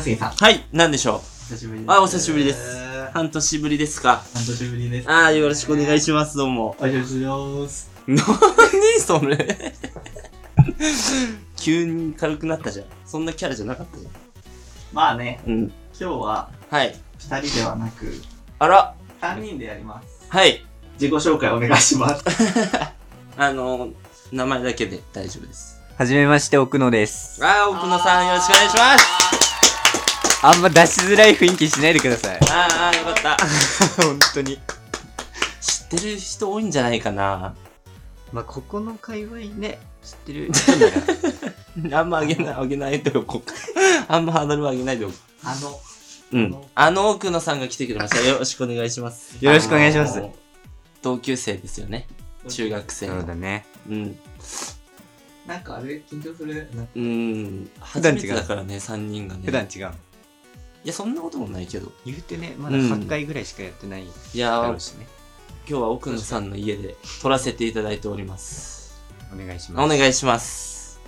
杉さん。はい、なんでしょ久しぶりう。あ、お久しぶりですえ。ー半半年ぶりですか。年ぶりです。あー、よろしくお願いします、どうも。お久しぶりです。 何それ 急に軽くなったじゃん。そんなキャラじゃなかったじまあね、ゃん。うん。今日ははい。二人ではなく、あら、三人でやります。はい。自己紹介お願いします。あのー、名前だけで大丈夫です。はじめまして、奥野です。あー、奥野さん、よろしくお願いします。す。あんま出しづらい雰囲気しないでください。あー、あー、よかった。 本当に。知ってる人多いんじゃないかな。まあ、ここの界隈ね、知ってる人な ら。あんま上げない、上げないでおこう。 あんまハードルは上げないでおこあの、う。うん。あの奥野さんが来てくれました。よろしくお願いします。よろしくお願いしますあのー。同級生ですよね。中学生そうの。だね。うん。なんかあれ、緊張する。うーん。初段め違うてだからね、3人がね。普段違う。いや、そんなこともないけど。言うてね、まだうん8回ぐらいしかやってないいやだろーう、しね。今日は奥野さんの家で撮らせていただいております。お願いします。お願いします。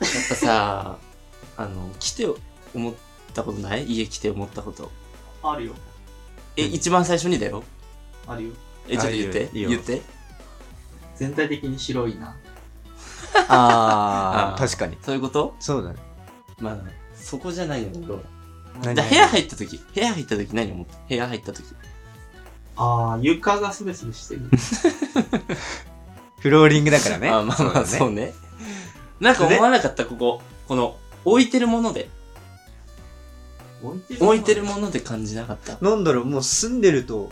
やっぱさ、 あの、来て思ったことない家来て思ったこと。あるよ。え、うん一番最初にだよ。あるよ。え、ちょっと言ってあ。いいよい言いよって。全体的に白いな。ああーー、確かに。そういうことそうだね。まあ、そこじゃないんだけど。何じゃあ部屋入った時、部屋入った時何思った部屋入った時。あー、床がスベスベしてる。フローリングだからね。あまあまあ、そうね。ね。なんか思わなかった、ここ。この、置いてるもので。置いて 置いてるもので感じなかった。なんだろう、もう住んでると、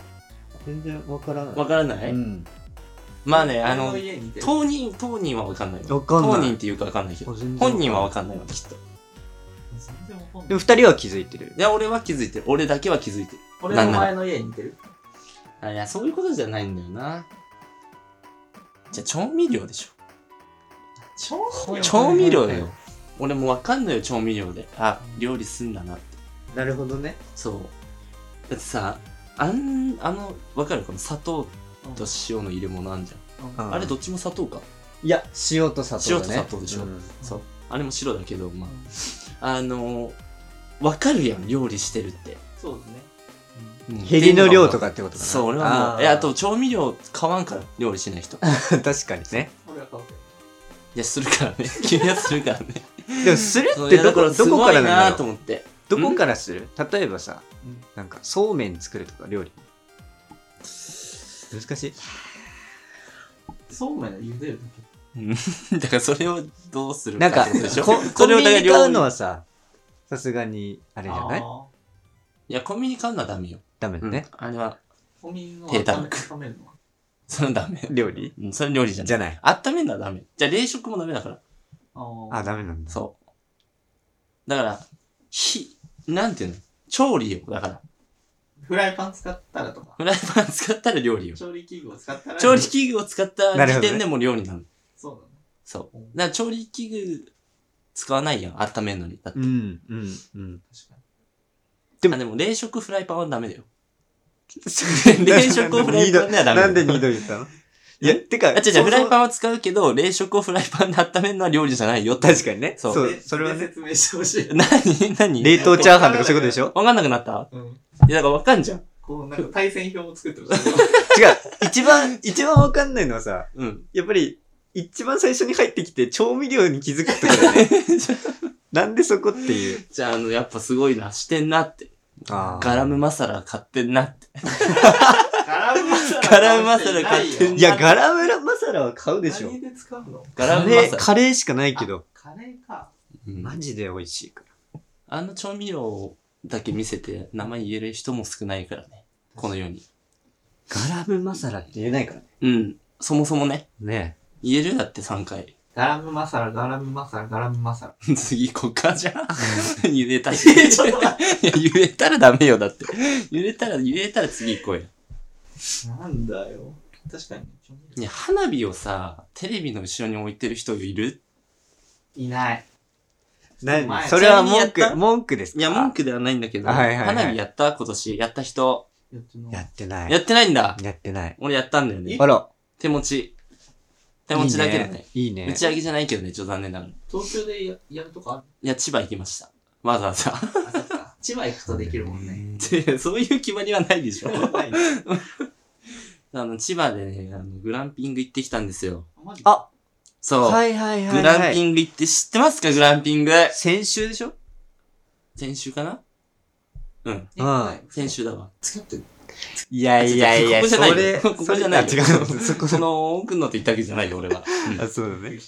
全然わからない。わからない、うん。まあね、あ俺の、家にいてる当人、当人はわかんないよ。わかんない当人っていうかわかんないけど。あ全然本人はわかんないわ、きっと。全然わかんでない。も二人は気づいてるい。や、俺は気づいてる。俺だけは気づいてる。俺なのんなら前の家に似てるあいや、そういうことじゃないんだよな。じゃあ、調味料でしょ。超調味料はだいはいよは。俺もわかんないよ、調味料で。あ、料理すんだなって。なるほどね。そう。だってさ、あん、あの、わかるこの砂糖と塩の入れ物あんじゃん。うんあれどっちも砂糖か。いや、塩と砂糖だ塩ね。と砂糖でしょうんそう。あれも白だけど、まあ。あのー、わかるやん、料理してるって。そうですね。減りの量とかってことかな。そう、俺はもーう、え、あと、調味料買わんから、料理しない人。い 確かにね。俺は買うけど。や、するからね。君はするからね。でも、するそうっいてやどだかこ、らすどごこかいらななんだとろう思って。どこからする例えばさうん、なんか、そうめん作るとか、料理。難しい。そうめん茹でるだけ。だから、それをどうするなんか、ってことでしょココそンれビをニだからで料買う理のはさ、さすがに、あれじゃないあいや、コンビニ買うのはダメよ。ダメだうんね。あれは、ー。お水を低タンク温めるのは。それはダメ。料理うん、それ料理じゃじない。ゃない。温めるのはダメ。じゃあ、冷食もダメだから。ああ、ーダメなんだ。そう。だから、火、なんていうの調理よ。だから、フライパン使ったらとか、フライパン使ったら料理よ。調理器具を使ったら。調理器具を使ったなるほ時ど点ねでもう料理なの。そうだね。そううん。だから調理器具使わないやん、温めるのに。だってうん、うん、うん。確かでもあでも冷食フライパンはダメ だよ。冷冷食をフライパンではダメなんで二度言ったのいや、てか、あ、違う違う、フライパンンは使うけど、冷食をフライパンで温めるのは料理じゃないよって。確かにね。そそうう、に。そうでそれはね。説明してほしい。何何冷凍チャーハンとかそういうことでしょわかんなくなったうん。いや、だからわかんじゃん。こう、なんか対戦表を作ってほしい。違う。一番、一番わかんないのはさ、うん。やっぱり、一番最初に入ってきて調味料に気づくってことだよね。 なんでそこっていう。じゃあ、あの、やっぱすごいな、してんなって。あガラムマサラ買ってんなって。ガラムマサラ。ガラムマサラ買ってんないのよいや、ガラムラマサラは買うでしょ。何で使うのガラカムマレー、サラ。カレーしかないけど。カレーか。うんマジで美味しいから。あの調味料だけ見せて名前言える人も少ないからね。この世に。ガラムマサラって言えないからね。うん。そもそもね。ね言えるだって3回。 ガラムマサラ、ガラムマサラ、ガラムマサラ。次、こっかじゃん。言えたら。いや、言えたらダメよ、だって。言えたら、言えたら次行こうよ。なんだよ。確かに。いや、花火をさ、テレビの後ろに置いてる人いるいない。何前それは文ちなみにやった句、文句ですかいや、文句ではないんだけど、あはいはいはい花火やった今年。やった人。やってないややっってない。てないんだ。やってない。俺やったんだよね。あら。手持ち。手持ちだけだね。いいね。いい打ねち上げじゃないけどね、ちょっと残念ながら。い東京でややるとこあるや、千葉行きました。わざわざ。あそっか千葉行くとできるもん ね。いやそういう決まりはないでしょ。 ないねあの、千葉でね、あの、グランピング行ってきたんですよ。マジあそう。はいはいはい、はい。グランピング行って知ってますかグランピング。先週でしょ先週かなうん。えうんはい先週だわ。付き合ってるいやいやいや、ここじゃないよそれ、ここじゃないよそれあ違うの、そこその、奥のと言ったわけじゃないよ、俺は。うんあ、そうだね。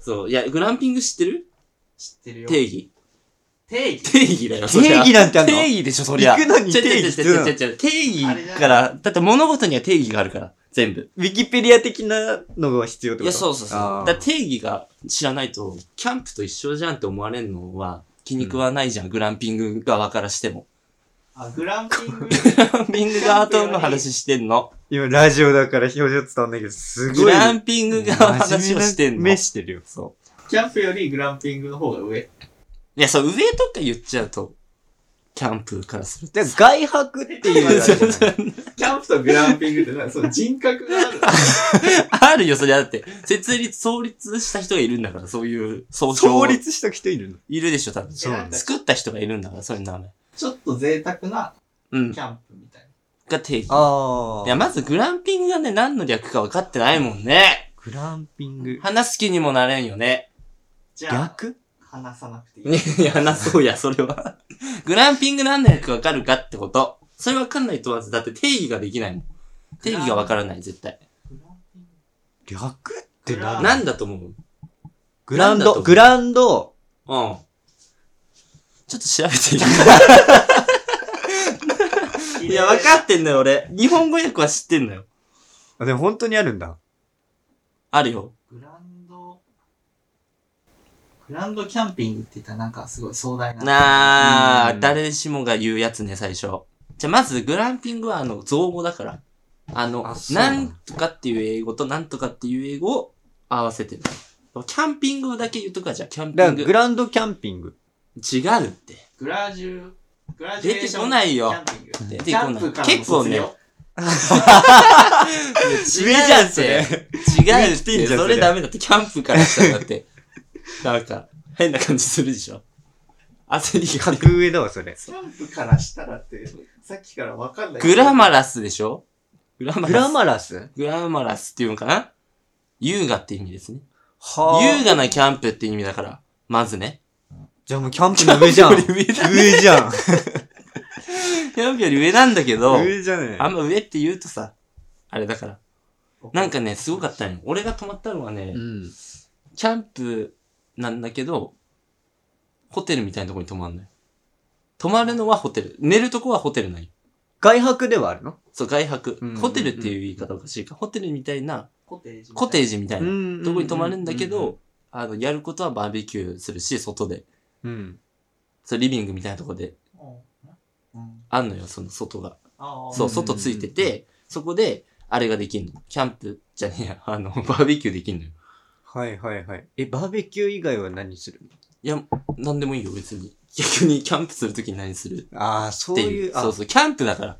そう。いや、グランピング知ってる知ってるよ。定義。定義定義だよ、そり定ゃ義なんてあんの定義でしょ、そりゃ。行くのにちょ定義ちょちょちょちょちょ定義から、だって物事には定義があるから、全部。ウィキペディア的なのが必要ってこといや、そうそうそう。あーだから定義が知らないと、キャンプと一緒じゃんって思われるのは気に食わないじゃん、グランピング側からしても。あ、グランピング。グランピング側との話してんの。今、ラジオだから表情伝わんないけど、すごい。グランピング側の話をしてん真面目な目の。してるよ。そキャンプよりグランピングの方が上。う。いや、そう、上とか言っちゃうと、キャンプからすると。で外泊って いうのがあるじゃないキャンプとグランピングってなんかその人格がある。あるよ、それだって。設立、創立した人がいるんだから、そういう、総称。創立した人いるのいるでしょ、多分。そうなんだ作った人がいるんだから、そういう名前。ちょっと贅沢なうん。キャンプみたいが定義。あいや、まずグランピングがね、何の略か分かってないもんね。グランピング。話す気にもなれんよね。じゃあ、逆話さなくていい。 いや、話そうや、それは。 グランピング何の略分かるかってこと。それ分かんないとまず、だって定義ができないもん。定義が分からない、絶対。グランピング略ってあななんだと思うグランなんだとド、グランド、うん。ちょっと調べていい いや、分かってんだよ、俺。日本語訳は知ってんだよ。あ、でも本当にあるんだ。あるよ。グランド、グランドキャンピングって言ったらなんかすごい壮大な。なあ、うん誰しもが言うやつね、最初。じゃあ、まず、グランピングは、あの、造語だから。あのあそうななのんとかっていう英語となんとかっていう英語を合わせてる。キャンピングだけ言うとくか、じゃあ、キャンピだからング。グランドキャンピング。違うって。グラジュ、グラジュエーション出てこないよキャンピング。出てキャこンプなからのい。結構卒ね、違う業。上じゃんそってれ。違うっ上来てんて。じゃんそそれれダメだって、キャンプからしたんだって。なんか、変な感じするでしょ。焦りが。格上だわ、それ。キャンプからしたらって、さっきからわかんない。グラマラスでしょグラマグララス。マラスグラマラスっていうのかな優雅って意味ですね。は優雅なキャンプって意味だから、まずね。じゃあもうキャンプの上じゃ ん。キャンプより上だ上じゃん。キャンプより上なんだけど、上じゃねあんま上って言うとさ、あれだから。なんかね、すごかったよ。俺が泊まったのはね、うん。キャンプなんだけど、ホテルみたいなとこに泊まんのよ。泊まるのはホテル。寝るとこはホテルない。外泊ではあるのそう、外泊。うんホテルっていう言い方おかしいか。ホテルみたいな、コテージ。コテージみたいな。んとこに泊まるんだけど、あの、やることはバーベキューするし、外で。うん。そう、リビングみたいなとこで、うん。うんあんのよ、その外が。ああ。そう、うん外ついてて、そこで、あれができんの。キャンプじゃねえや、 あの、バーベキューできんのよ。はいはいはい。え、バーベキュー以外は何するいや、なんでもいいよ、別に。逆にキャンプするときに何するのああ、そっうてい、いうう。あそうそう、キャンプだから。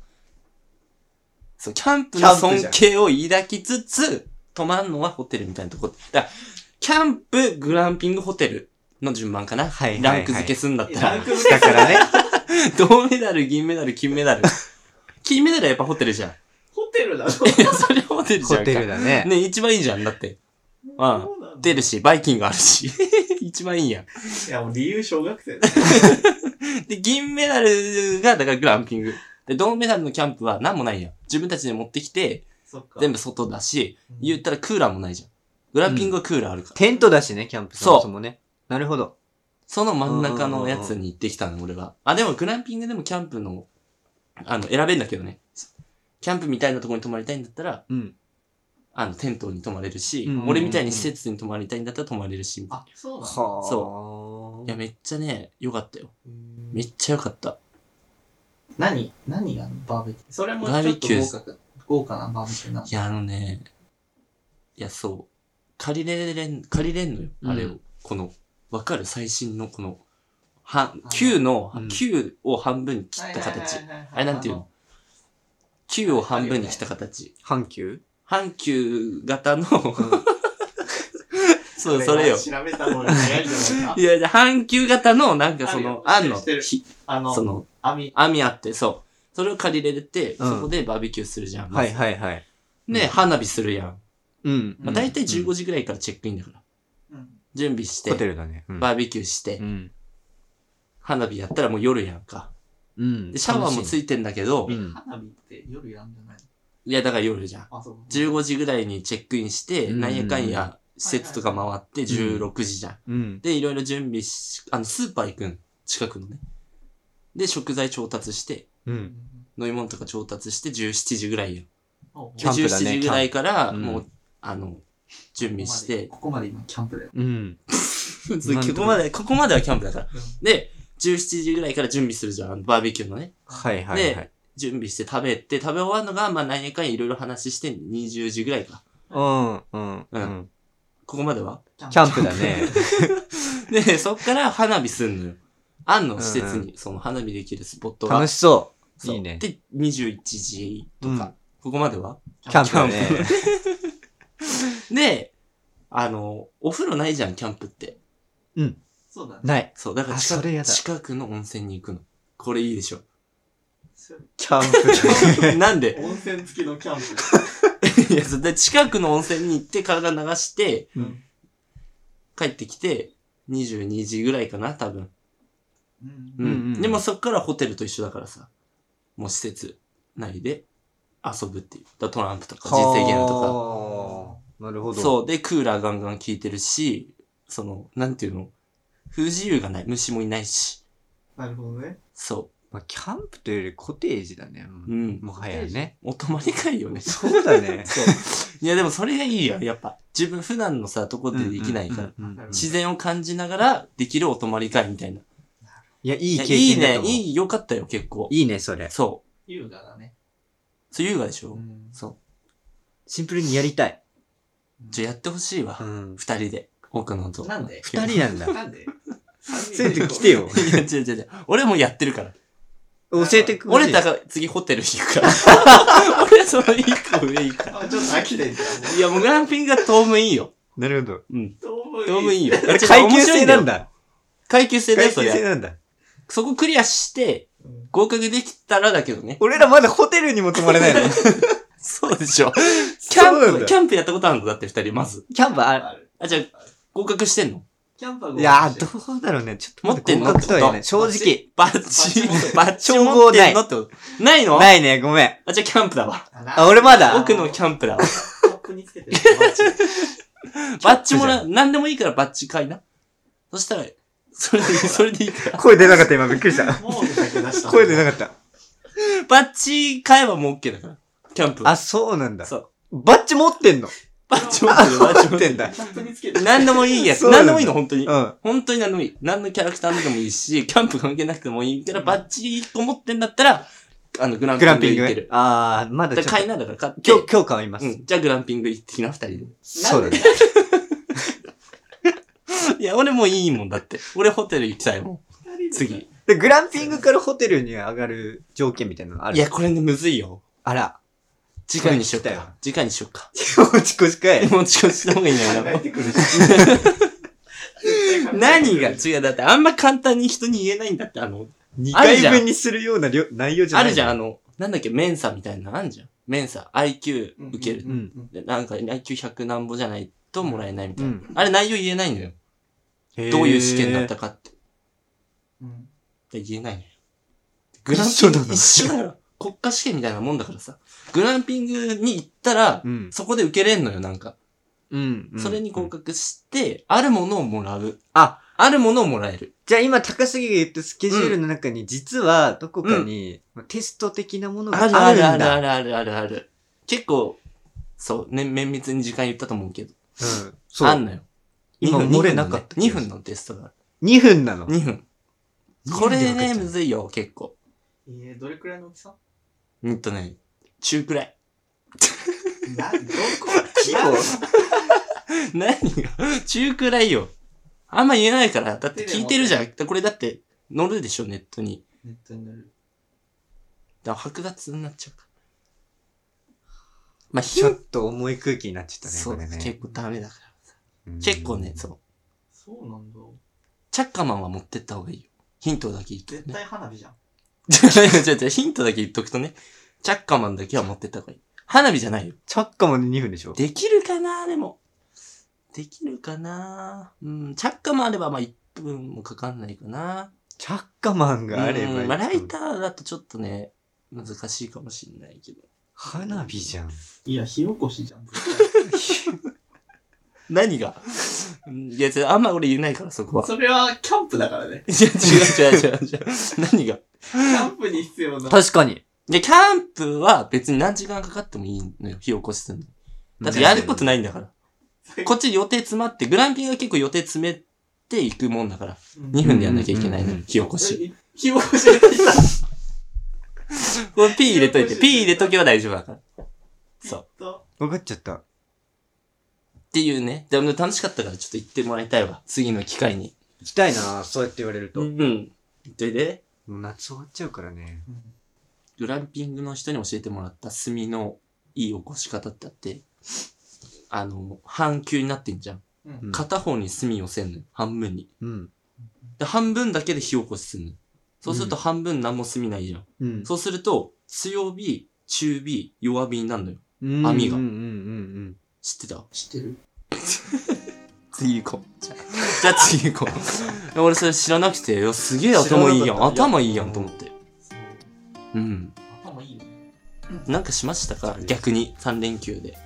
そう、キャンプの尊敬を抱きつつ、泊まんのはホテルみたいなとこ。だから、キャンプ、グランピング、ホテルの順番かな。はいはいはいランク付けすんだったラらン、ク付だけからね。 銅メダル、銀メダル、金メダ ル。金メダルはやっぱホテルじゃん。ホテルだ ろ。いや、それホテルじホゃんか。テルだね。ね、一番いいじゃん、だって。うそんうなんだ出るし、バイキングあるし。 一番いいやん。いや、もう理由小学 生だよ。で、銀メダルが、だからグランピング。で、銅メダルのキャンプは何もないやん。自分たちで持ってきて、そっか。全部外だし、うん言ったらクーラーもないじゃん。グランピングはクーラーあるから。テントだしね、キャンプそうそもそもね。なるほど。その真ん中のやつに行ってきたの、俺は。あ、でもグランピングでもキャンプの、あの、選べんだけどね。キャンプみたいなところに泊まりたいんだったら、うん。あの、テントに泊まれるし、うんうんうん俺みたいに施設に泊まりたいんだったら泊まれるし。あ、そうなんだ。はあ。いや、めっちゃね、良かったよ。うんめっちゃ良かった。何何があんのバーベキュー。それもバちょーベっとキュー豪華か豪華なバーベキューなのい。や、あのね、いや、そう。借りれれん、借りれんのよ、あれを。うんこの、わかる最新のこの、はあ、球のうん、球を半分に切った形。あれなんていうの球を半分に切った形。阪急半球型の、ん そうそれよ調べたのに早いんじゃ ないかい。や、じゃあ阪急型の、なんかその、ああるんよの、してるひあの、その、網。網あって、そう。それを借りれて、うんそこでバーベキューするじゃん。はいはいはい。で、花火するやん。うん。まあ、大体15時ぐらいからチェックインだから。うん。準備してホ、テルだね。うんバーベキューしてう、ん。花火やったらもう夜やんか。うんで、シャワーもついいてんだけどう、ん。花火って夜やんじゃないいや、だから夜じゃん。のあ、そう。 15時ぐらいにチェックインして、うんなんやかんや、施設とか回って16時じゃん。うん。で、いろいろ準備し、あの、スーパー行くん。近くのね。で、食材調達して、うん。飲み物とか調達して17時ぐらいよ。おうキャンプだね17時ぐらいから、キャンプもう、うあの、準備して、ここまで今キャンプだよ。うん。 そうここまで、ここまではキャンプだから。で、17時ぐらいから準備するじゃん、バーベキューのね。はいはいはい。準備して食べて、食べ終わるのが、まあ何やかんやいろいろ話して、20時ぐらいか。うん。うん。ううんん。ここまではキャンプだね。で、そっから花火すんのよ。あんの、うん施設に、その花火できるスポットが。楽しそそうう。いいね。で、21時とか、ここまではキャンプだキャね。で、あの、お風呂ないじゃん、キャンプって。そうだね。ない。そう、だからあ近それやだ近くの温泉に行くの。これいいでしょ。 そうキャンプだね。なんで 温泉付きのキャンプ。いや、そうだ近くの温泉に行って体流して、うん帰ってきて、22時ぐらいかな、多分。うんうん。うんうんでもそっからホテルと一緒だからさ、もう施設内で遊ぶっていう。だトランプとか人生ゲームとはあ。なるほか。ど。そう。で、クーラーガンガン効いてるし、その、なんていうの不自由がない。虫もいないし。なるほどね。そまあ、キャンプというよりコテージだね。う。ううんん。もはやね。お泊まり会よね。 そうだね。そう。いや、でもそれがいいやん、やっぱ。自分普段のさ、とこでできないから。うんうんうんうん自然を感じながらできるお泊まり会みたいな。いや、いいい経い験だねと。思う。いい、よかったよ、結構。いいね、それ。そ優雅だね。う。そう、優雅でしょ、んそシンプルにやりたい。う。じゃ、やってほしいわう。ん。二、人で。奥野と。なんで二人なんだ。なんで せめて来て。よ。いや、違う違う違う。俺もやってるから。 教えてくれ。俺だから次ホテル行く から。俺その一個上行くか三人あ、ちょっと飽きてんじゃん。ら。いや、もうグランピングが当分いいよ。なるほど。うん。当当分いいよ。あれ階級制なんだ。だ。階級制だよ、階そ級制れ。なんだ。そこクリアして、合格できたらだけどね。俺らまだホテルにも泊まれないの。そうでしょ。キャそうなンんプ、だキャンプやったことあるのだって二人、まず。 キャンプあ、ある。あ、じゃあ、合格してんのキャンプは合いや格してるー、どうだろうね。ちょっと待持っってて、んの合格とは言えない。って正直。バッバチッ、バッチ称号持ってんのってことないのないね、ごめん。あ、じゃあキャンプだわ。あなあ、俺まだ。奥のキャンプだわ。カップにつけてる。マジでバッチもら、なんでもいいからバッチ買いな。そしたら、それで、 それでいいから。声出なかった、今びっくりした。もうだけ出した。声出なかった。バッチ買えばもう OK だから。キャンプは。あ、そうなんだ。そう。バッチ持ってんの。バッチ持ってる、バッチ持持っっててる。んだ。キャンプにつけてる。何でもいいやつ。そう何なんでだもいいの、本当にう。ん。本当に何でもいい。何のキャラクターでもいいし、キャンプ関係なくてもいいから、バッチ1個持ってんだったら、あの、グラングピランングピング行けねる。。あー、まだだちかょっらと。買いな、だから買って。今日、今日買います。うん。じゃあグランピング行ってきな、二人で。そうだね。いや、俺もういいもんだって。俺ホテル行きたいもん。二人で 次。で、グランピングからホテルに上がる条件みたいなのあいるや、これね、むずいよ。あら。次回にしよっこれ聞きたいかわ。次回にしよっか。落ち越し かい。持ち越した方がいいんだよ考なえてくるし 何が違うだって、あんま簡単に人に言えないんだって、あの、 2ある回じゃん分にするような量内容じゃあない。るじゃん、あん。の、なんだっけ、メンサみたいなのあんじゃん。メンサ、IQ 受けるう。ん。でなんか、IQ100 なんぼじゃないともらえないみたいな。ん。あれ内容言えないのよ。へーどういう試験だったかって。うんで言えないのよ。グラン一ピ緒ンなグの一緒だよ。国家試験みたいなもんだからさ。グランピングに行ったらう、ん。そこで受けれんのよ、なんか。うん。それに合うん。格して、あるものをもらう。あ、あるものをもらえる。じゃあ今、高杉が言ったスケジュールの中に、実は、どこかに、まあテスト的なものがああるるんだ。あるあるあるあるあるある。結構、そう、ね、綿密に時間言ったと思うけど。うん。あそんう。のよ。今二分漏れなかった2分のテストがあ2分なのる。。2分。これ二分で分かっね、ちゃうむずいよ、結構。えー、どれくらいの大きさうんとね、中くらい。 な、 どこ結構何が中くらいよ。あんま言えないから。だって聞いてるじゃん。これだって、乗るでしょ、ネットに。ネットになる。だから剥奪になっちゃうから。まあ、ヒちょンっと重い空気になっちゃったね、そこう、れね。結構ダメだからさ。結構ね、そう。そうなんだ。チャッカマンは持ってった方がいいよ。ヒントだけ言っとく絶ね。対花火じゃん。じゃあ、じゃあ、じゃあヒントだけ言っとくとね、チャッカマンだけは持ってった方がいい。花火じゃないよ。チャッカマンで2分でしょできるかなでも。できるかなうん、チャッカマンあれば、まあ、1分もかかんないかな。チャッカマンがあればういんいまあ、ライターだとちょっとね、難しいかもしんないけど。花火じゃん。いや、火起こしじゃん。何がうんいや、ちょあんま俺言えないから、そこは。それはキャンプだからね。いや、違う違う違う違う。何がキャンプに必要な。確かに。で、キャンプは別に何時間かかってもいいのよ、火起こすの。だってやることい。ないんだから。こっち予定詰まって、グランピングは結構予定詰めていくもんだから。うん2分でやんなきゃいけないの、うんうんうん火起こし。え火起こしできた。これ P 入れといて、P 入れとけば大丈夫だから。そう。っそう。分かっちゃった。ていうね。でも楽しかったからちょっと行ってもらいたいわ。次の機会に。行きたいなそうやって言われると。うもん。行っといで、う夏終わっちゃうからね。グランピングの人に教えてもらった炭のいい起こし方ってあって、あの、半球になってんじゃん。うん片方に炭をせんのよ半分に。うん。で、半分だけで火起こしすんのよそうすると半分何も炭ないじゃん。うん。そうすると、強火、中火、弱火になるのよ。うん網がうんうんうん知ってた知ってる。次行こう。じゃあ、じゃあ次行こう。 俺それ知らなくて、いや、すげえ頭いいや知らなかん。った頭いいやんと思って。そう。うん。頭いいよね。なんかしましたか逆に、3連休で。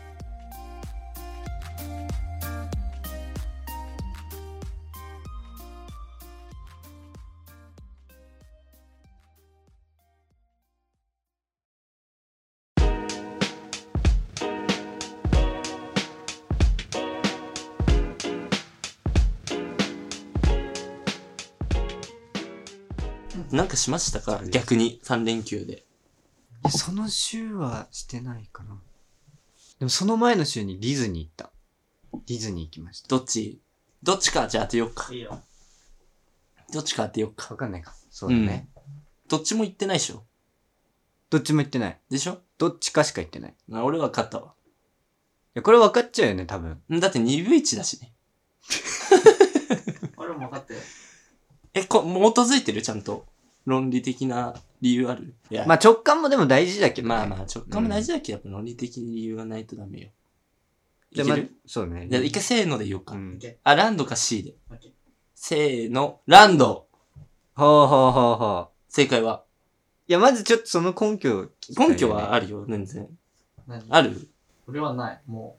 なんかしましたか逆に、3連休で。うん。その週はしてないかな。でもその前の週にディズニー行った。ディズニー行きました。どっちどっちか、じゃあ当てようかい。いよ。どっちか当てようか。わかんないか。そうだね。どっちも行ってないでしょどっちも行ってない。でしょどっちかしか行ってない。いな俺は勝ったわ。や、これ分かっちゃうよね、多分。んだって2分1だしね。俺も分かったよ。え、こ、もう基づいてるちゃんと。論理的な理由あるいや、まあ直感もでも大事だけど、ね。まあまあ、直感も大事だけど、やっぱ論理的理由がないとダメよ。いじゃあけまある、そうね。じゃあ一回せーので言おうか。うん。あ、ランドか C で。オッケーせーの、ランドほうほうほうほう。正解は。いや、まずちょっとその根拠を聞きたいよね根拠はあるよ、全然。何ある俺はない。も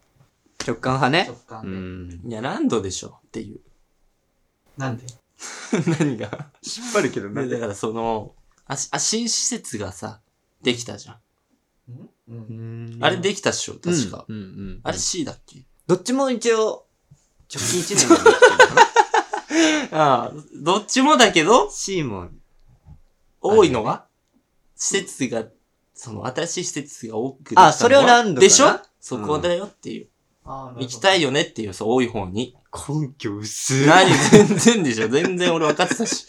直感派う、ね直。う感で。ん。いや、ランドでしょっていう。 なんで何が引っ張るけどでだからその、あしあ、新施設がさ、できたじゃん。んう。うんんあれできたっしょ、確か。うんうんうん。あれ C だっけどっちも一応、直近1年でできてるのか なああ、どっちもだけど、 C も、多いのが、施設が、その、新しい施設が多くできたのはあ、それをランドかなでしょそこだよっていう。ああ、行きたい。いよねっていう、そう、多い方 に。根拠薄い。何全然でしょ全然俺分かってたし。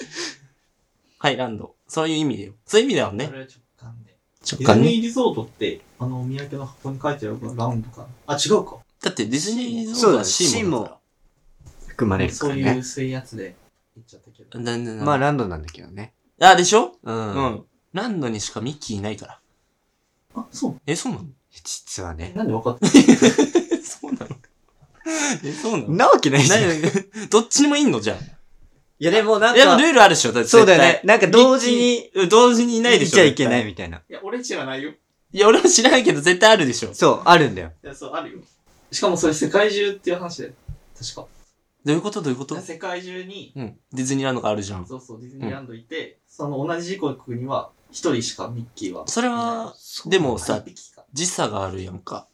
はい、ランド。そういう意味でよ。そういう意味だよね。ね俺。は直感で。デ直ィズ感ニね。ーリゾートって、あの、お土産の箱に書いてあるから、ラウンドかな。あ、違うか。だってディズニーリゾそーうトだはね C もだか含まれるかそうらいうね。薄いやつで行っちゃったけど。ら。なんなんなんまあランドなんだけどね。あ、でしょう。うんん。ランドにしかミッキーいないから。あ、そう。え、そうなの実はえね。なんで分かったえ、そうなのえ、そうなのなわけないじゃん。い何 どっちにもいんのじゃん。や、でもなんいや、でもルか、ールあるでしょ、だってそう絶だ対よね。。なんか同時に、うん同時にいないでしょ。ちゃいけない絶みたいな。いや、俺知らないよ。対。いや、俺も知らないけど絶対あるでしょ。そう、あるんだよ。いや、そう、あるよ。しかもそれ世界中っていう話だよ。確か。どういうことどういうこと世界中に、うん。ディズニーランドがあるじゃん。そうそう、ディズニーランドいて、その同じ時刻には、一人しかミッキーは。それは、でもさ一匹か時差があるやんか。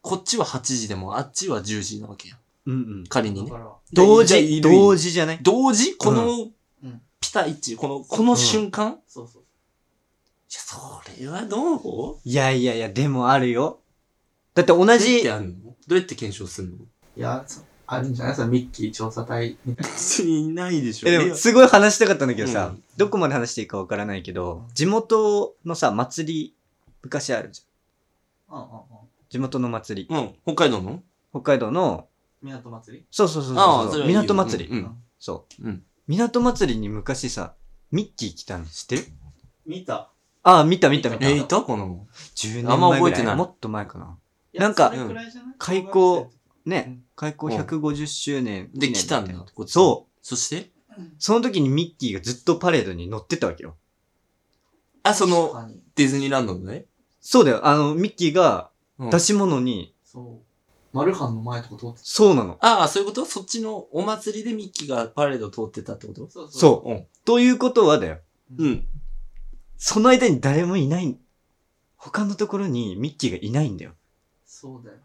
こっちは8時でも、あっちは10時なわけやん。うんうん。仮にねだ。から同じゃあい時、る同時じゃない同時このうん、ピタイチ、この、この瞬間、いや、そうそう。それはどういやいやいや、でもあるよ。だってど同うやっじて、あんのどうやって検証するのいや、そあるんじゃないそのミッキー調査隊みたい いないでしょ。えでもすごい話したかったんだけどさ、うんどこまで話していいかわからないけど、地元のさ、祭り、昔あるじゃん。な。うんうんうん。地元の祭り。うん。北海道の北海道の、港祭りそうそうそうあそあうそそれう。はいいよ港祭り、うんそう、うん港祭りに昔さ、ミッキー来たの知ってる見た。ああ、見た見た見た。え、いたこの10年前ぐあらい。んま覚えてないもっと前かな。いやなんかそれくらいじゃない開校。うねん、開校150周年で、記念来たんだみいな。。こっちにそ。そしてその時にミッキーがずっとパレードに乗ってたわけよ。あ、そ小学生の、確かにディズニーランドのね。そうだよ。あの、ミッキーがうん出し物に、そう。マルハンの前とか通ってそうなの。ああ、そういうことそっちのお祭りでミッキーがパレード通ってたってことた。そうそう。うん。ということはだよ。う。うんん。その間に誰もいない。他のところにミッキーがいないんだよ。そうだよ。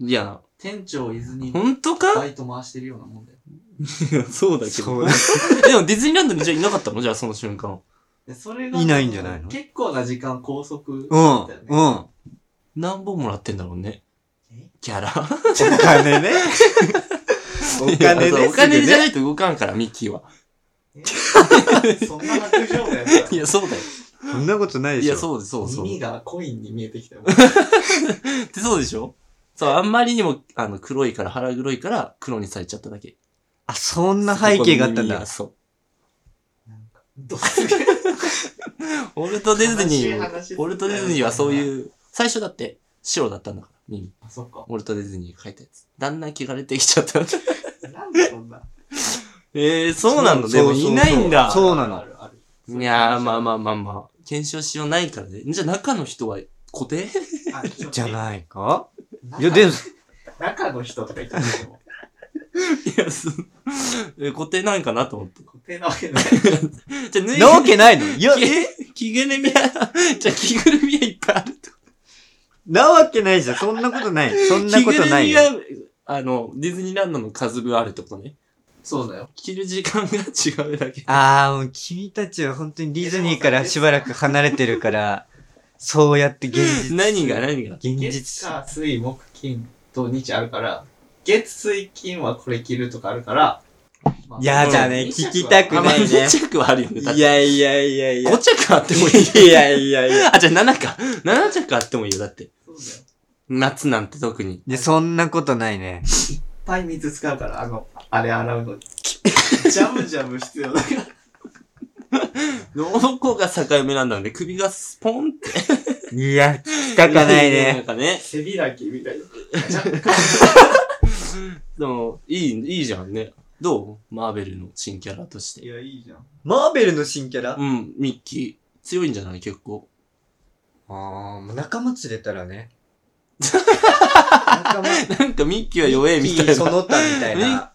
いや、店長伊豆に本当バかイト回してるようなもんだよ。 そうだけそど。う。 でもディズニーランドにじゃあいなかったのじゃあその瞬間。で、それが。いないんじゃないの結構な時間拘束してうたよん。ね。うん。何本もらってんだろうねえ。キャラ。お金ね。 お金そうね。。お金じゃないいと動かんから、ミッキーは。そんな白状だよ。いや、そうだよ。そんなことないでいしょ。や、そうです、 そうそう。耳がコインに見えてきたよ。ってそうでしょそう、あんまりにも、あの、黒いから、腹黒いから、黒にされちゃっただけ。あ、そんな背景があったそこのん耳だが。そう。なんかどうすげえオルトディズ悲しニい話すー、るオルトディズニーはそういう、最初だって、白だったんだから、耳。あ、そっか。オルトディズニーが書いたやつ。だんだん汚れてきちゃった。なんでそんな。 ええそうなのそうでもそうそういないんだ。そうなのあるあるあるいやー、まあまあまあまあ。検証しようないからね。じゃあ中の人は固定あちょっとじゃないか中いや、でも、中の人とか言ったけども、いや、す、え固定なんかなと思って。固定なわけ ない。じゃあ、ぬいなわけない の。いや、 え着ぐるみは、 じゃあ着ぐるみはいっぱいあるってこなわけないじゃん。そんなことない。そんと。なことないよ。着ぐるみは、あの、ディズニーランドの数分あるってことね。そうだよ。着る時間が違うだけ。あー、もう君たちは本当にディズニーからしばらく離れてるから、そうやって現実。何が何が現月実。火水木金土日あるから、月水金はこれ着るとかあるから、まあいやじゃあね二着は聞きたくあ、なまあ、いね2着はあるよね。だっていやいやいやいや。 5着あってもいい。いやいやいや。 あ、じゃあ7か。7着あってもいいよ。だって。そうだよ。いっ夏なんて特に。いや、そんなことないね。ぱい水使うから、あの、あれ洗うのに。ジャムジャム必要だから。どこが境目なんだろうね。首がスポンって。いや、聞きたかないなねん。かね。背開きみたいな。じゃでも、いい、いいじゃんね。どうマーベルの新キャラとしいて。や、いいじゃん。マーベルの新キャラあうん、ミッキー。強いんじゃない結構。ー、もう仲間連れたら ね。仲間、なんかミッキーは弱えみたいな。その他みたいな。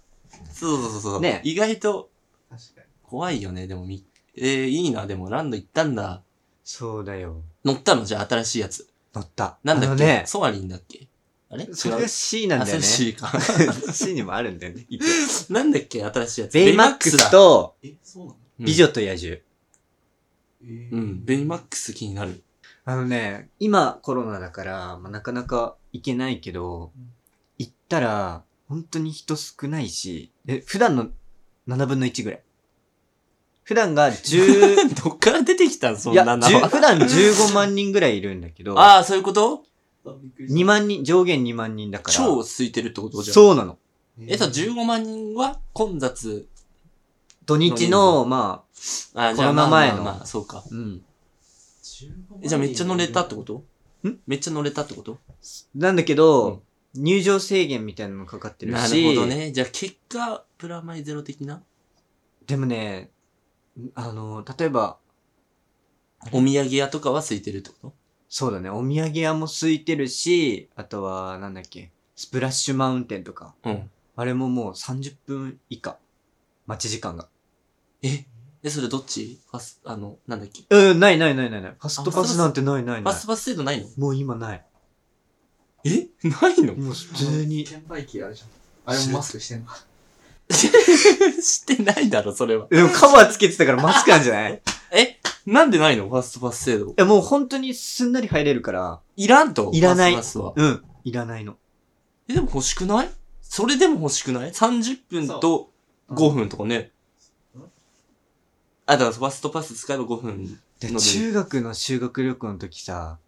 そうそうそうそう。ね意外と確かに。怖いよね、でもミッえー、いいな、でもランド行ったんだ。 そうだよ。乗ったのじゃあ新しいやつ。乗った。なんだあっのけ、ね。ソアリンだっけあれ違う。それが C なんあ、だそよれね。 C か。 C にもあるんだよね。なんだっけ新しいやつ。 ベイマックス。とえ、そうなのうん美。女と野獣。えーうん、ベイマックス気になる。 あのね、今コロナだから、まあ、なかなか行けないけどうん、行ったら、本当に人少ないし、え、普段の7分の1ぐらい。普段が10、どっから出てきたんそんいや、な名10は。普段15万人ぐらいいるんだけど、ああ、そういうことあびっくりした2万人、上限2万人だから。超空いてるってことじゃん。そうなの。え、さ、15万人は混雑。土日の、まあ、あコロナ前のまあまあまあ、そうか。うん。え、じゃあめっちゃ乗れたってこととんめっちゃ乗れたってことなんだけうど、入場制限みたいなのもかかってるなし、るほどね。じゃあ結果、プラマイゼロ的なでもね、あの、例えば、お土産屋とかは空いてるってことそうだね、お土産屋も空いてるし、あとは、なんだっけ、スプラッシュマウンテンとか、うん。あれももう30分以下、待ち時間が。ええ、それどっちファス、あの、なんだっけうん、ないないないないない。ファストパスなんてないなファいないス。トパス制度ないのもう今ない。え ないのもう普通に。転売機あるじゃん。あれもマスクしてんのしてないだろ、それは。でもカバーつけてたからマスクなんじゃないいなんでないのファストパス制度。や、もう本当にすんなり入れるから、いらんといらないファストパスは。うん、いらないの。え、でも欲しくないそれでも欲しくない ?30 分とそう5分とかねうん。あ、だからファストパス使えば5分。でので中学の修学旅行の時さ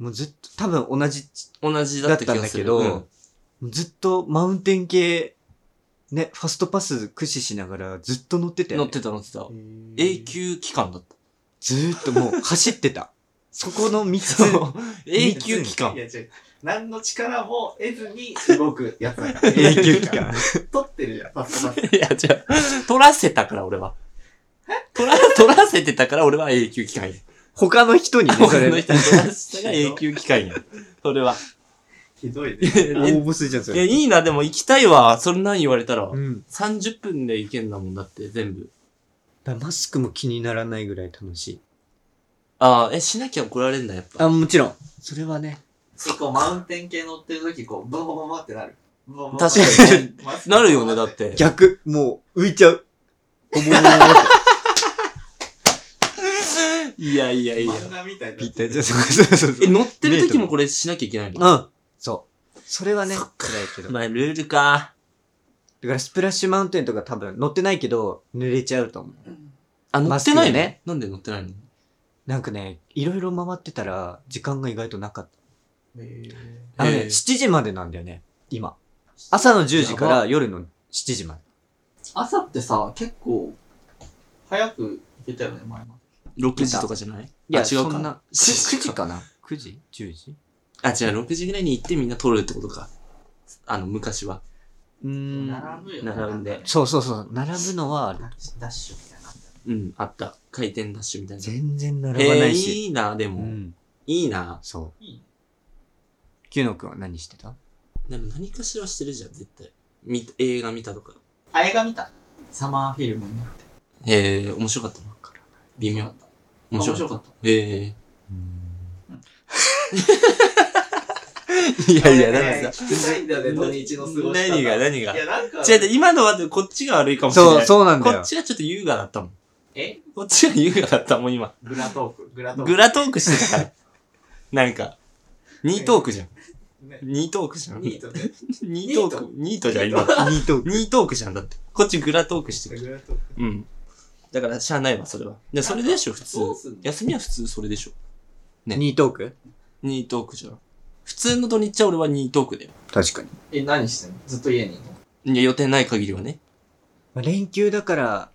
うん、もうずっと多分同じ同じだだっった気たんがだすける。ど、うんずっとマウンテン系、ね、ファストパス駆使しながらずっと乗ってたよ、乗っね。てた乗ってた。永永久期間だった。ずーっともう走っ てた。そこの3つ。そう永久期間い。や違う。何の力も得ずに動くやつだから。永久期 間。取ってるじゃん、パスパス。いや、違う。取らせたから、俺は。取ら、取らせてたから、俺は永久期間や。他の人にね、そ他のれ。人に取らせたが永久期間や。 それは。ひどいね。 大えボスじゃん、そいや、れ。いいな、でも行きたいわ。そんなん言われたらう。ん。 30分で行けんだもんだって、全部。だからマスクも気にならないぐらい楽しい。ああ、え、しなきゃ怒られんだ、やっぱ。あ、もちろん。それはね。結構マウンテン系乗ってる時、こう、ボンボンボンボンってなる。確確かにね。なるよね、だっ。て。逆、もう浮いちゃう。重いものを持っていやいやいや。漫画みたいになぴっってるたり。じゃあ、そうそうそうえ、そう。乗ってる時もこれしなきゃいけないのうん。そう。それはね、そ辛っいけど。だまあ、ルールか。からスプラッシュマウンテンとか多分乗ってないけど、濡れちゃうと思う。あ、乗マっスてクねないね。なんで乗ってないのなんかね、いろいろ回ってたら、時間が意外となかっへーた。あのへね、え7時までなんだよね、今。朝の10時かやら夜の7時まで。朝ってさ、結構、早く行けたよね、前も。 ?6 時とかじゃないいや、あ違そうんか。な、9時かな ?9 時 ?10 時あ、違う、6時ぐらいに行ってみんな取るってことか。あの、昔は。うー並ん。ぶよ並んでそうそうそう、並ぶのはあるダッシュダッシュみたいな。うん、あった。回転ダッシュみたいな。全然並ばえなー、いし。いいな、でうも。ん。いいな。そいいねう。キュノ君は何してたでも何かしらしてるじゃん、絶対。み映画見たとか。あ映画見たサマーフィルムになって。へえー、面白かったな。微妙。面面白か白っかた。った。へえー。いいやいや、だからさ。聞きたいんだよね、土日の過ごし方。何が、い何が。や、なんか、違う違う、今のはこっちが悪いかもしれない。そう、そうなんだこっよ。ちがちょっと優雅だったもん。えこっちが優雅だったもん、今。グラトーク、グラトーク。グラトークしてたから。なんか、ニートークじゃん。ねニートークじゃん。ニートね。ニートーク。ニートじゃん、今。ニートーク。ニートークじゃん、だって。こっちグラトークしてる。グラトーク。うん。だから、しゃあないわ、それは。で、それでしょ、普通どうすんの。休みは普通それでしょ。ねニートークニートークじゃん。普通の土日は俺はニートークだよ。確かに。え、何してんのずっと家にいるのいや、予定ない限りはね。まあ連休だから、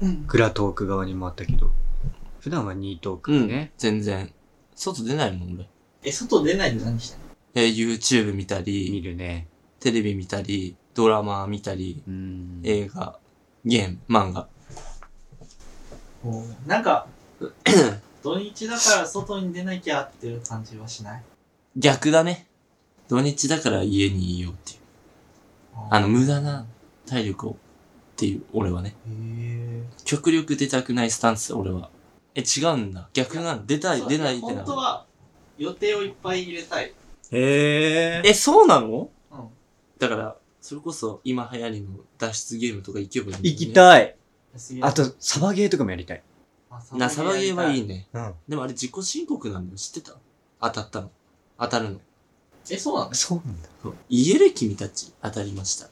うんグラトーク側に回ったけど、普段はニートークうん。ね。全然。外出ないもん、俺。え、外出ないで何してんのえ、YouTube 見た見り、るね。テレビ見たり、ドラマ見たり、うん映画、ゲーム、漫画。なん か、土日だから外に出なきゃっていう感じはしない逆だね。土日だから家にいようっていう。あの、無駄な体力を、っていう、俺はね。へー極力出たくないスタンス、俺は。え、違うんだ。逆なんだ。出たい、そう出ないって本な当。は、予定をいっぱい入れたい。へえ。え、そうなのうん。だから、それこそ今流行りの脱出ゲームとか行けばいい、ね。行きたい。安いあ、と、サバゲーとかもやりたい。な、サバゲーはいい。いね。うん。でもあれ自己申告なんだよ。知ってた当たったの。当たるの。え、そうなのそうなんだ。家歴君たち当たりました。い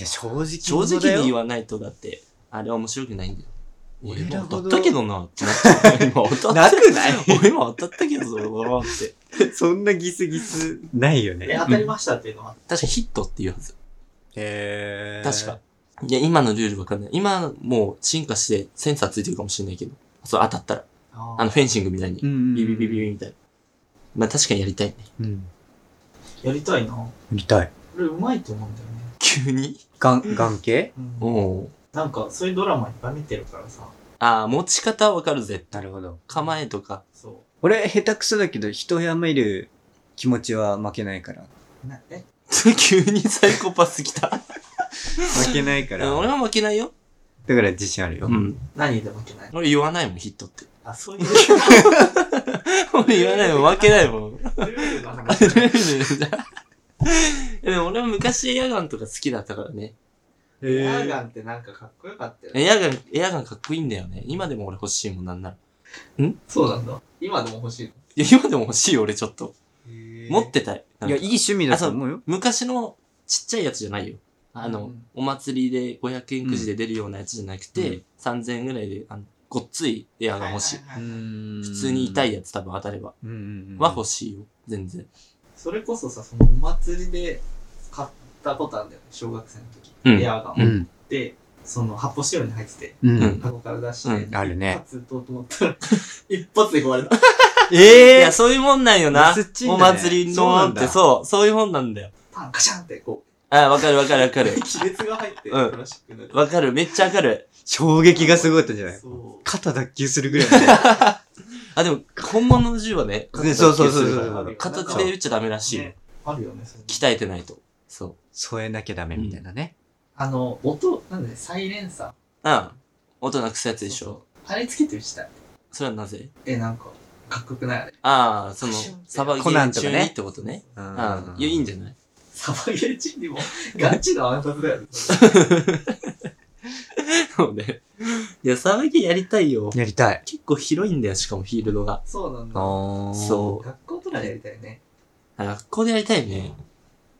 や、正直正直に言わわないとだって、あれは面白くないんだよ。俺なるもほど当たったけどなってなっちゃう。今当た なっくた。ない 俺今当たったけど、俺って。 そんなギスギスないよえ、ね。当たりましたっていうのは。確かヒットっていうはず。へえ。確か。。いや、今のルールわかんない。今、もう進化してセンサーついてるかもしれないけど。そう、当たったら。ああの、フェンシングみたいに。んビビビビビみたいな。まあ確かにやりたいね。うん。やりたいな。やりたい。俺、うまいと思うんだよね。急に眼、眼系 うん。おうなんか、そういうドラマいっぱい見てるからさ。ああ、持ち方わかるぜ。なるほど。構えとか。 そ俺、下手くそだけど、人をやめる気持ちは負けないから。う。な、え、急にサイコパス来た。負けないか俺ら。は負けないよ。だから自信あるよ。うん。何で負けないの俺言わないもん、ヒットって。 あ、そういう、俺言わないもん、負けないもん。 ルールの話。でも俺は昔エアガンとか好きだったからね。エアガン。ンってなんかかっこよかったよね。エアガン、エアガンかっこいいんだよね。今でも俺欲しいもんなんなら。そうなんだ。今でも欲しいいや、今でも欲しいよ俺ちょっと。の。持ってたい。なんいかや、いい趣味だと思うよ。昔のちっちゃいやつじゃないよ。あの、うんお祭りで500円くじで出るようなやつじゃなくて、うん3000円ぐらいで、あの、ごっついエアガン欲しい。ははは普普通に痛いやつ多分当たれば。うんうんうんは欲しいよ。全然。それこそさ、そのお祭りで買っったことあるんだよね、小学生の時。うんエアガンうを持っん。て、その発泡スチロールに入ってて、ううんん。箱から出して、うんあるね一発撃とうと思ったら、 一発で壊れた。いえや、そういうもんなんよな。すっちんだねお祭りそうのなっんだて、そう、そういうもんなんだよ。パン、カシャンってこう、あ、わかるわかるわ かる。亀裂が入って、プうんラスチックになる。わかる、めっちゃわかる。衝撃がすごかったんじゃないそう。肩脱臼するぐら いのね。あ、でも、本物の銃はね、ねそうそうそうそう形で形で撃っちゃダメらしいよね。あるよね、それ鍛えてないと。そう。添えなきゃダメみたいなね。あの、音、なんだね、サイレンサー。うん。音なくすやつでしそうょ。そう。あれつけて打ちたい。それはなぜえ、なんか、かっこよくないあれ。ああ、そのシュンっ、てサバゲコナーンとか中ねにってことね。ううんん。いや、いいんじゃないサバゲーチにも、ガチの暗殺だよね。そうね。いや、サバゲーやりたいよ。やりたい。結構広いんだよ、しかもフィールドが。そうなんだ。あそ学校とかでやりたいね。あ学校でやりたいね。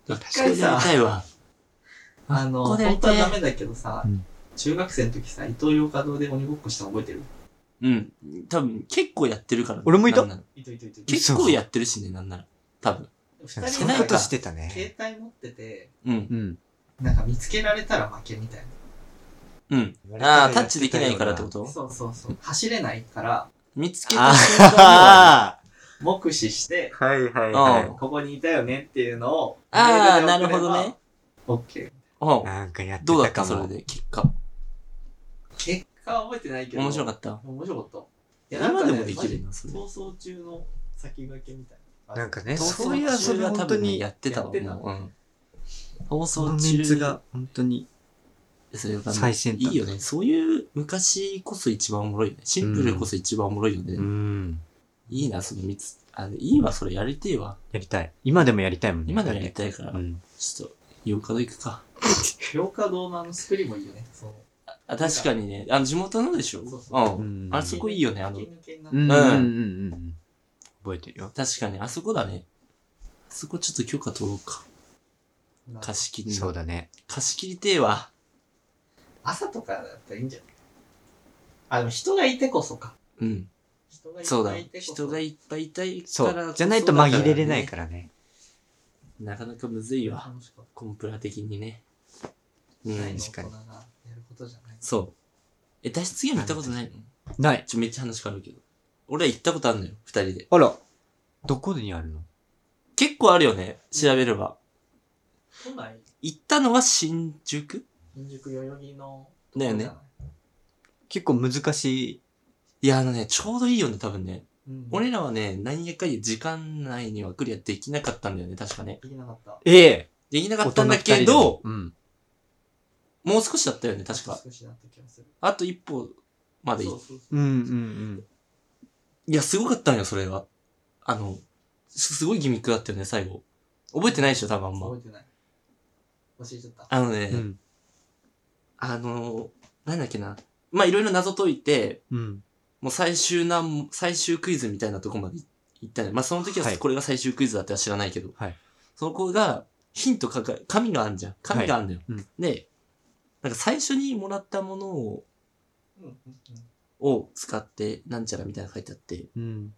学校でやりたいわ。あの、学校でやり本当たはいダメだけどさ、うん中学生の時さ、伊藤洋華堂で鬼ごっこしたの覚えてるうん。多分、結構やってるからね。俺もいたなんならいといといといと。結構やってるしね、なんなら。多分。二そ人んがななこんとか、し携てたね。帯持ってて、うん。うん。なんか見つけられたら負けみたいうん。ああ、タッチできないからってこな。とそうそうそう。走れないから、見つけたあ瞬間には目視して、はいはいはいここにいたよねっていうのを、ああ、メなールるでほ送れば OK。どね。。うん。なんかやってどうだたっかたそれも。で、結果。結果は覚えてないけど。面白かっった。た。面白かった。いや、今なんかでねもできるマな、そジれ。逃走中の先駆けみたいな。なんかね、逃走そういう遊びは本多当分ねにや、ってたわ、もう。やってたうん。放その送メン中ツが本当に。それがね最先端いいよね。そういう昔こそ一番おもろいよね。シンプルこそ一番おもろいよね。ん。いいな、その三つ。あ、いいわ、それやりてえわ。やりたい。今でもやりたいもんね。今でもやりたいから。うん。ちょっと、洋華堂行くか。洋華堂のあのスクリーンもいいよね。そのあ、確かにね。あの、地元のでしょそうそうう。うんんあそこいいよねあの吹き抜けになっうてんうんるうんうん。覚えてるよ。確かに、あそこだね。あそこちょっと許可取ろうか。なんか貸し切り。そうだね。貸し切りてえわ。朝とかだったらいいんじゃないあ、でも人がいてこそか。うん。人がそうだ。いっぱいいてこそ。人がいっぱいいたいそからこそだから、う。じゃないと紛れれないからね。ら。なかなかむずいわ。楽しかっコンプラ的にね。うた。大んの。確かに大人がやることじゃない。そう。え、脱出ゲーム行ったことないのない。ちょ、めっちゃ話変わるけど。俺は行ったことあるのよ、二人で。あら。どこにあるの結構あるよね、調べれば。都内、行ったのは新宿新宿代々木の。だよね。。結構難しい。いや、あのね、ちょうどいいよね、多分ね。うん。俺らはね、何やかんや時間内にはクリアできなかったんだよね、確かね。できなかった。ええ。できなか大った人んだ二人けでども、うん。もう少しだったよね、確か。少しだった気がする。あと一歩まで行っそうそうそううんうんいや、すごかったんよ、それは。あの、すすごいギミックだったよね、最後。覚えてないでしょ、多分あんま覚。えてない。教えちゃった。あのね、うん。うん。あのー、なんだっけな。まあ、いろいろ謎解いて、うん。もう最終なん、最終クイズみたいなとこまで行ったね。まあ、その時ははいこれが最終クイズだっては知らないけど。はいそこが、ヒント書か、紙があるじゃん。紙があるんだよ、はいうんで、なんか最初にもらったものを、うんうんうん。を使って、なんちゃらみたいなの書いてあって、うん。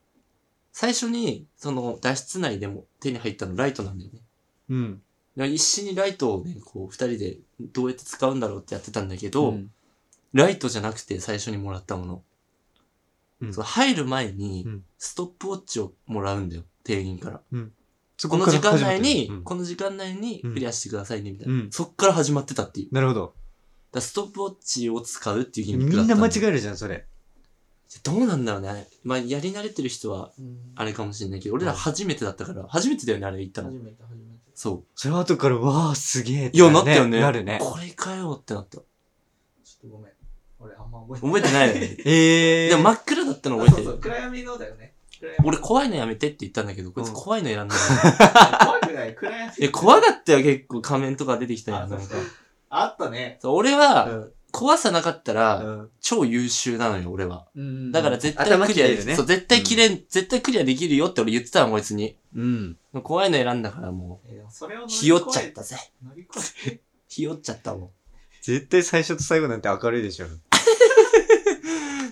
最初に、その、脱出内でも手に入ったのライトなんだよね。うん。で一緒にライトをね、こう、二人でどうやって使うんだろうってやってたんだけど、うんライトじゃなくて最初にもらったもの。うんそう入る前にうん、ストップウォッチをもらうんだよ、店員から。そこのこから時間始まっ内てるに、うんこの時間内にクリアしてくださいね、みたいな。うんそっから始まってたっていう。だかなるほど。らストップウォッチを使うっていうギミックだみっんたな間違ええるじゃん、それ。どうなんだろうねあれ。まあ、やり慣れてる人は、あれかもしれないけど、俺ら初めてだったから、初めてだよね、あれ行ったの初。めて初めて。そう。それは後から、わあ、すげえっていや、なったよね。なるね。これかよってなった。ちょっとごめん。俺あんま覚えてない。覚えてないよね。 ええ。でも真っ暗だったの覚えてる。そうそう暗闇のだよね。暗闇俺怖いのやめてって言ったんだけど、こいつ怖いのやらない。怖くない暗闇。え、怖かったよ、結構仮面とか出てきたやあん。そなうんかそうあったね。そう俺は、怖さなかったら、う超優秀なのよ、俺は。んだから絶対頭ク切リアれでるきね。そう、絶対切れん、絶対クリアできるよって俺言ってたの、こいつに。うん。怖いの選んだからもえーでもそれを乗う、りひよっちゃったぜ。乗り越えて。ひよっちゃったもん。絶対最初と最後なんて明るいでしょ。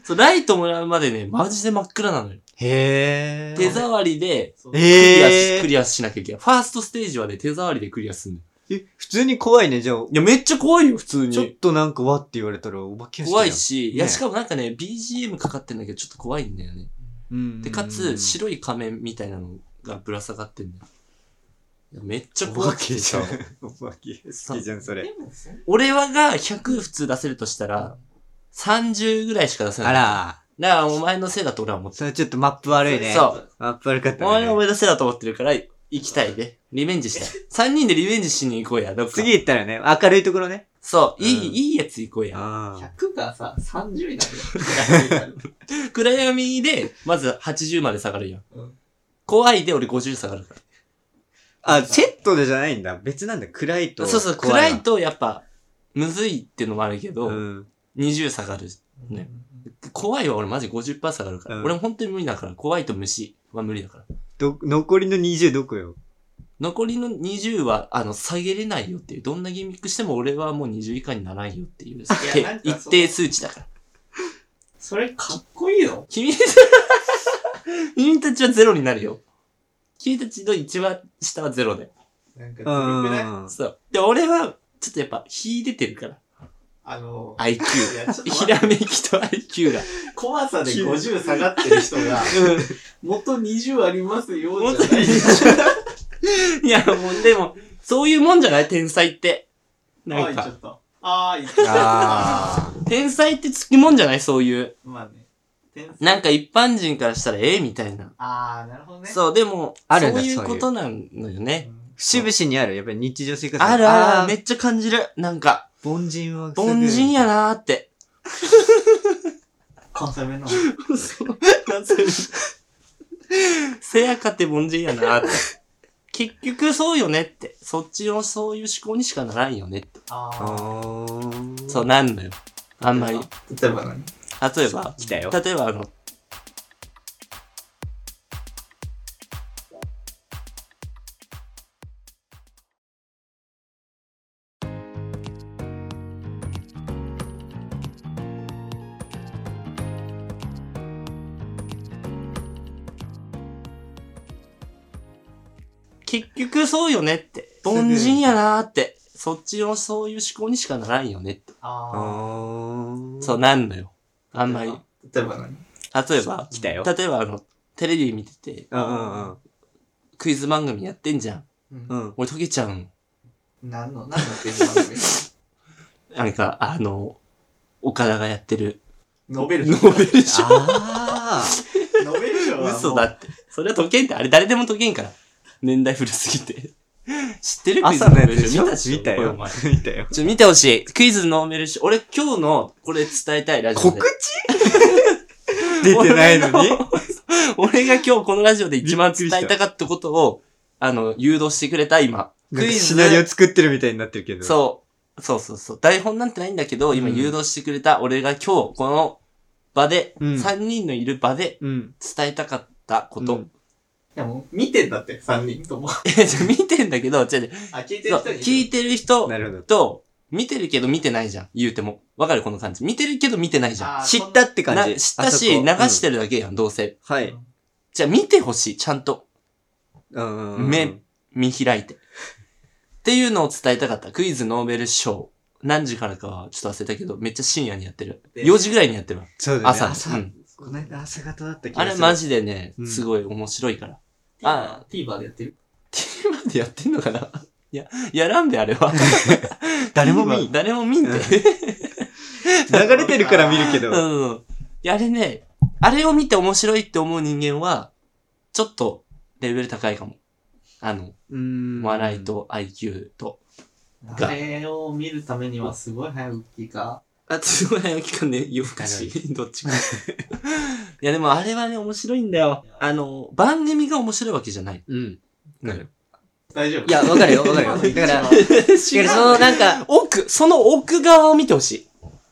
そう、ライトもらうまでね、マジで真っ暗なのよ。へえ。手触りで、そうクリアえし、クえ。リアしなきゃいけない。ファーストステージはね、手触りでクリアすんの。え、普通に怖いね、じゃあ。いや、めっちゃ怖いよ、普通ちょっに。となんかわって言われたらお化け屋敷怖いし、いや、ねしかもなんかね、BGM かかってんだけど、ちょっと怖いんだよね。で、でかつ、白い仮面みたいなのがぶら下がってんだよ。いや、めっちゃお怖化くてけじゃさん。お化け屋敷じゃん、それ。でもそんな俺はが100普通出せるとしたら、30ぐらいしか出せない。あ。ら、だから、お前のせいだと俺は思ってそれちょっとマップ悪いね。。そうマップ悪かったる。お前がおね。前のせいだと思ってるから、行きたいね。リベンジ したい。3人でリベンジしに行こうや、どっか。次行ったらね、明るいところね。そう、いい、うんいいやつ行こうや。あ100がさ、30になるよ。暗闇で、まず80まで下がるやん。うん怖いで俺50下がるから。あ。あ、セットでじゃないんだ。別なんだ。暗いと。そうそう、怖暗わい。とやっぱ、むずいっていうのもあるけど、うん。 20下がる。ね怖いは俺マジ50%下がるから。うん俺本当に無理だから、怖いと虫は無理だから。ど、残りの20どこよ。残りの20は、あの、下げれないよっていう、どんなギミックしても俺はもう20以下にならんよっていう、いやなんか一そう定数値だから。それかっこいいの君、 君たちはゼロになるよ。君たちの一番下はゼロで。なんかずるうくない ん。そう。で、俺は、ちょっとやっぱ、秀でてるから。あの、 IQ。いや、ちょっとひ待ってらめきと IQ が。怖さで50下がってる人が、元20ありますよ、じゃないいや、もう、でも、そういうもんじゃない天才って。なあんいちゃか、った。あー、いっ ちゃった。あ天才ってつきもんじゃないそういう。まあね。天才なんか一般人からしたらええみたいな。あー、なるほどね。う。そう、でも、あるんそだういうそういうことなんのよね。節々にある。やっぱり日常生活のあるあーる、めっちゃ感じる。なんか、凡人は。凡人や。なーって。 関西弁の。なんつうのせやかて凡人やなーって。結局そうよねって。そっちのそういう思考にしかならんよねって。ああー。ー。そうなんのよ。あんまり。例えば何例えば、来たよ。例えばあの、結局そうよねって。凡人やなーって。そっちのそういう思考にしかならんよねって。ああー。そうなんのよ。ー。あんまり。。例えば何例えば、来たよ。例えばあの、テレビ見てて、うんうんクイズ番組やってんじゃん。うんうん。うん。俺解けちゃうん。何の、何のクイズ 番組なんか、あの、岡田がやって る。ノベルノ賞。ノベル賞。あ ベル賞はもう。嘘だって。それは解けんって、あれ誰でも解けんから。年代古すぎて。知ってるクイズ朝のやつノーベル賞で見たっししょょ見たよこれお前ちょ、ー。見たよ。っと見てほしい。クイズノーベル賞。俺今日の、これ伝えたいラジオで。 出てないのに俺の俺が今日このラジオで一番伝えたかったことを、あの、誘導してくれた、今。なクんイかズ。シナリオ作ってるみたいになってるけど。う。そう。そうそうそう。台本なんてないんだけど、今うん誘導してくれた俺が今日この場で、うん3人のいる場でうん。伝えたかったこと。うんいやもう見てんだって、3人と も。 えじゃあ見てんだけど、違う違うあ、聞いてそるう人に。聞いてる人なるほど。と、見てるけど見てないじゃん。言うても。わかるこの感じ。見てるけど見てないじゃん。あー知ったってな感じ。知ったし、あそ流こしてるだけやん、どうせ。うんはい。じゃあ見てほしい、ちゃんと。うんうんうん。目見開いて。っていうのを伝えたかった。クイズノーベル賞。何時からかはちょっと忘れたけど、めっちゃ深夜にやってる。で4時ぐらいにやってるわ。そうだね。朝。朝う。んこの間朝方だった気があする。れマジでねう、んすごい面白いから。ああー、TVer でやってる。今までやってんのかないや、やらんであれは。誰も見 ん。誰も見んうんて。そう流れてるから見るけそ ど。うそういやあれね、あれを見て面白いって思う人間は、ちょっとレベル高いかも。あの、うん笑い。と IQ と。あれを見るためにはすごい早起きか。あ、つごい期間ね、夜更かし。どっ ちか。いやでもあれはね、面白いんだよ。あの、番組が面白いわけじゃない。うん。なる大丈夫いや、わかるよ、わかるよ。だから、だ か違らその、なんか、奥、その奥側を見てほしい。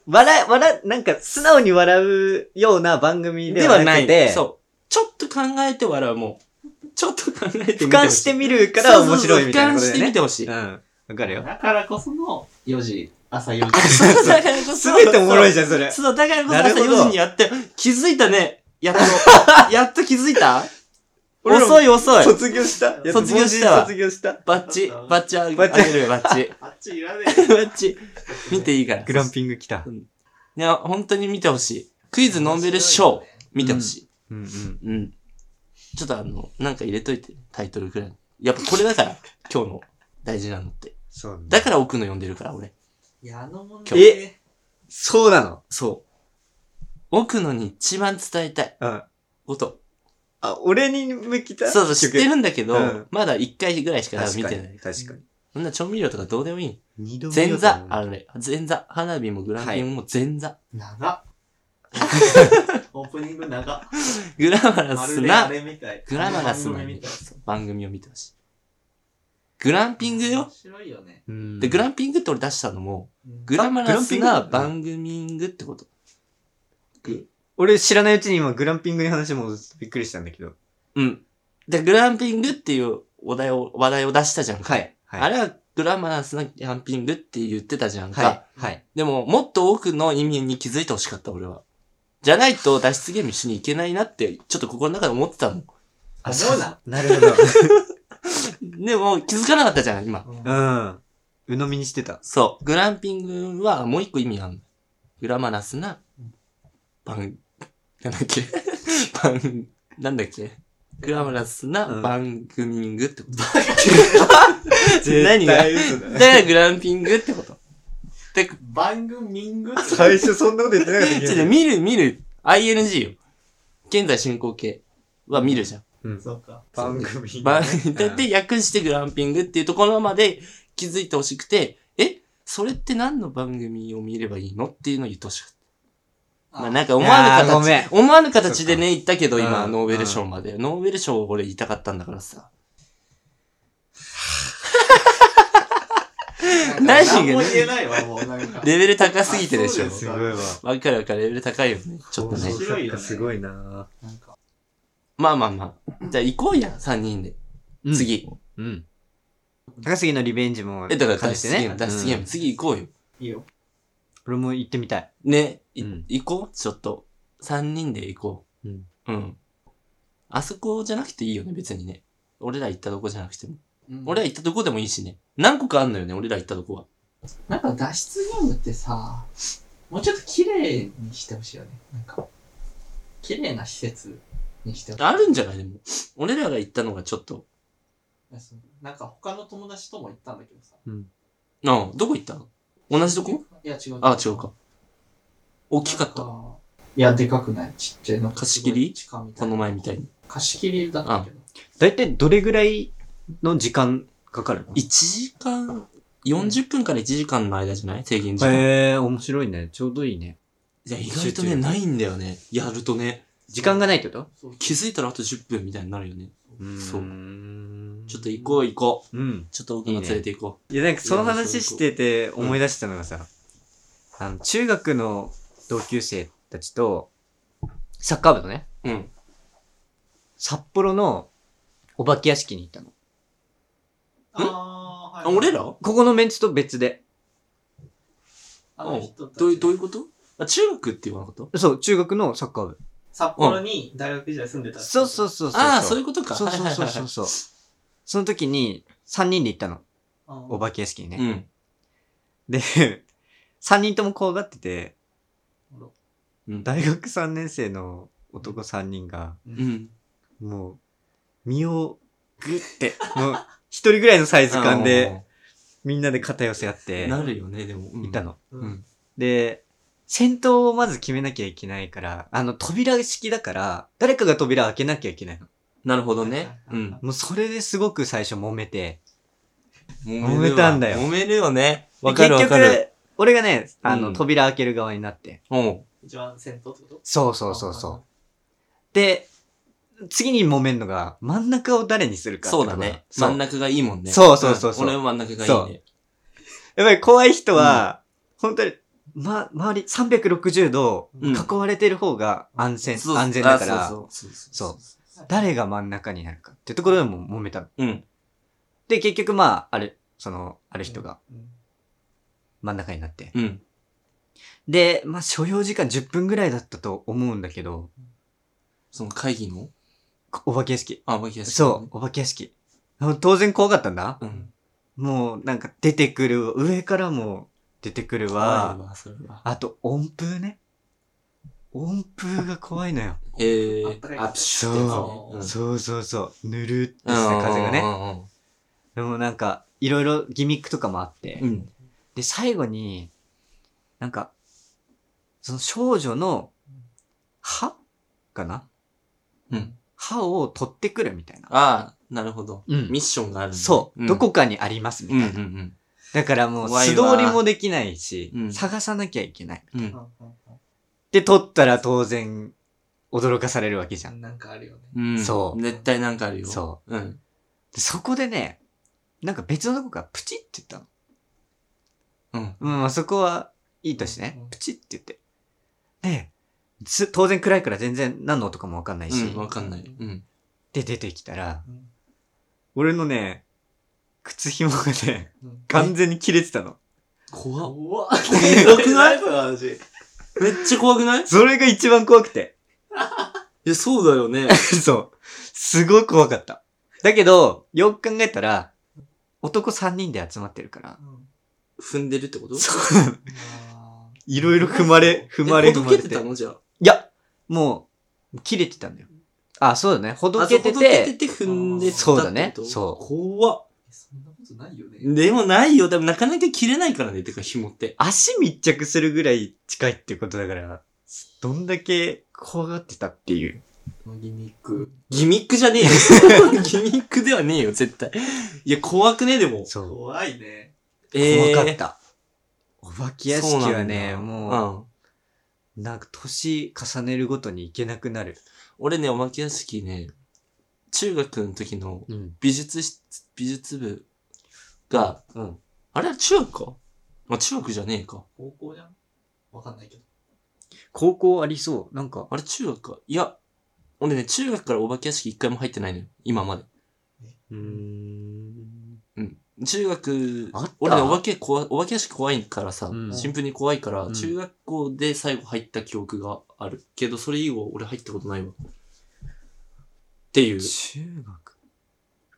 笑い、笑い、なんか、素直に笑うような番組ででははななくい。て、そう。ちょっと考えて笑うもん。ちょっと考えて俯瞰してみみるから面白いみたいなこそうとそうそう俯瞰してみだよね。てほしい。うん。わかるよ。だからこその4時、朝4時。そうだからこそすべておもろいじゃん、それ。そう、だからこそなる朝ほど 4時にやって、気づいたね。やっと。やっと気づいた俺らも遅い遅い。卒業したやつ卒業したわ凡人卒業した。バッチ、バッチあげバッチあげるよ、バッチ。あっち言わねバッチ。見ていいから。グランピング来た。いや、本当に見てほしい。クイズノーベル賞、見てほしい。うんうん。うん。ちょっとあの、なんか入れといて、タイトルくらい。やっぱこれだから、今日の大事なのって。そうね。だから奥の読んでるから、俺。いや、あの問今題。えそうなのそう。奥野に一番伝えたいうん。こと。あ、俺に向きたそうそう、知ってるんだけど、うんまだ一回ぐらいしか多分見てない。確かに。そんな調味料とかどうでもいい。二度前だ座、あれ、前座。花火もグランピングも前座。長 っ。オープニング長っ。グラマラまスるであなれみたい。グラマラスな番組みたいそう番組を見てほしい。グランピングよ面。白いよね。うん。で、グランピングって俺出したのも、うんグラマラスなあグラ番組ングってこと。俺知らないうちに今グランピングの話もびっくりしたんだけど。うん。で、グランピングっていうお題を、話題を出したじゃんか。はい。はい。あれはグラマラスなグランピングって言ってたじゃんか。はい。はい。でも、もっと多くの意味に気づいてほしかった、俺は。じゃないと脱出ゲームしに行けないなって、ちょっと心の中で思ってたもん。あそそううだだ。 な るほど。でも、気づかなかったじゃん、今。うんうん。鵜呑みにしてた。そう。グランピングはもう一個意味あるの。グラマラスな、番、なんだっ け番、なんだっけグラマラスなうん番組ングってこと。絶何が対嘘だだからグランピングってこと。で、ちょ番組ング最初そんなこと言ってなかったっけとど。見る見る、ING よ。現在進行形は見るじゃん。そうか。番組。ば、うんだって訳してグランピングっていうところまで気づいてほしくて、えそれって何の番組を見ればいいのっていうのを言ってほしかった。まあなんか思わあーごぬめん形、思わぬ形でね、言ったけどうん今、うんノーベル賞まで。ノーベル賞を俺言いたかったんだからさ。なん何がか何も言えないわ、もうなんか。レベル高すぎてでしあょ。そうすごいわ。わかるわかる、レベル高いよね。ちょっとね面。白いよねすごいななんか、まあまあまあ。じゃあ行こうや、3人で。うん次。うん。高杉のリベンジも。え、だから兼脱ね出ゲーム、脱出ゲーうム。ん次行こうよ。いいよ。俺も行ってみたい。ね、いうん行こうちょっと。3人で行こう。うん。うん。あそこじゃなくていいよね、別にね。俺ら行ったとこじゃなくても。俺俺、ら行ったとこでもいいしね。何個かあんのよね、俺ら行ったとこは。なんか脱出ゲームってさ、もうちょっと綺麗にしてほしいよね。なんか、綺麗な施設にしてほしい。あるんじゃないでも。俺らが行ったのがちょっと。なんか他の友達とも行ったんだけどさ。ああ、どこ行ったの同じとこいや、違う。ああ、違うか。大きかっなた。ん。いや、でかくない。ちっちゃいの。貸し切り地下みたこいなの前みたいに。貸し切りだったけど。だいたいどれぐらいの時間かかるの1時間、40分から1時間の間じゃない制限時間。へえ、面白いね。ちょうどいいね。いや、意外と集ね、中ないんだよね。やるとね。時間がないってことそう気づいたらあと10分みたいになるよね。そううちょっと行こう行こう。う。うん。ちょっと奥野連れて行こいや、なんかその話してて思い出したのがさ、あの、中学の同級生たちと、サッカー部のね、う。うん。札幌のお化け屋敷に行ったの。あーあはい俺らここのメンツと別で。あの人たちどういう、どういうことあ、中学って言わなかったそう、中学のサッカー部。札幌に大学時代住んでた。そうそう。そうそう。ああ、そういううことか。そうそうそうそうそう。その時に、3人で行ったの。おおば化け屋敷にね。うん。で、3人とも怖がってて、うん。大学3年生の男3人が、うん。も う、身をグッて、もう、一人ぐらいのサイズ感で、みんなで肩寄せ合っあてー、なるよね、でも。うん行った。の。うん。で、戦闘をまず決めなきゃいけないから、あの、扉式だから、誰かが扉開けなきゃいけないの。なるほどね。うん。もうそれですごく最初揉めて、揉揉めたんだよ揉めるよね。でわかるわか結る。局、俺がね、あの、うん扉開ける側になって。うん。一番先頭ってことそうそうそうそう。で、次に揉めんのが、真ん中を誰にするかってそこうとだなのね。そう真ん中がいいもんね。そうそうそうそうん俺も真ん中がいいね。やっぱり怖い人は、本当に、ま、周り360度うん囲われてる方が安全、そう安全だから、あそうそうそう誰が真ん中になるかってところでも揉めたの。う。うん。で、結局まあ、ある、その、ある人がうん真ん中になって。うん。で、まあ、所要時間10分ぐらいだったと思うんだけど、その会議のお化け屋敷。あ、お化け屋敷。そう、お化け屋敷。当然怖かったんだ。う。うん。もう、なんか出てくる、上からも出てくる怖わい。わ、それは。あと、音符ね。音符が怖いのよ。えー、あったかいあ、プシュってやつねそううん。そうそうそう。ぬるってするうん風がね。ね。でもなんか、いろいろギミックとかもあって。うん。で、最後に、なんか、その少女の歯かなうん。歯を取ってくるみたいな。ああ、なるほど。うんミッションがあるんだそう、んどこかにありますみうんうたいんな。だからもう怖素い通わりもできないし、うん探さなきゃいけない。うん。うん。うで、取ったら当然、驚かされるわけじゃん。ん。なんかあるよね。うん。そう絶対なんかあるよ。。そううん。でそこでね、なんか別のとこからプチって言ったの。うん。うん、まあそこはいいとしてねうん。プチって言って。で、す当然暗いから全然何の音かもわかんないし、うん、わかんない。うん。で出てきたら、うん俺のね、靴紐がね、 うん完全に切れてたの。怖っ。怖っ。 怖くないその話。めっちゃ怖くないそれが一番怖くて。 え、そうだよね。そう。すごい怖かった。だけど、よく考えたら、男3人で集まってるからう、ん踏んでるってことそうなの。あーいろいろ踏まれ、踏まれえ踏ほまどけれてて。たいのじゃあ。や、もう、切れてたんだよ。あ、そうだね。ほどあけてそうほどけてて、て踏んでたってことそうだねそう怖っ。そんなことないよね。でもないよ。でもなかなか切れないからね。てか、紐って。足密着するぐらい近いってことだから、どんだけ怖がってたっていう。このギミック。ギミックじゃねえよ。 ギミックではねえよ、絶対。いや、怖くねえ、でも。そう。怖いね。えー怖かった。お化け屋敷はね、そうなんだもう、うん。なんか年重ねるごとに行けなくなる。俺ね、お化け屋敷ね、中学の時のうん。美術室、美術部が、うん。あれは中学かまあ、中学じゃねえか。高校じゃんわかんないけど。高校ありそう。なんか、あれ中学かいや、俺ね、中学からお化け屋敷一回も入ってないのよ。今まで。うーん。うん。中学あった、俺ね、お化け怖い、お化け屋敷怖いからさ、うんシンプルに怖いから、うん中学校で最後入った記憶がある。けど、それ以後俺入ったことないわ。っていう。中学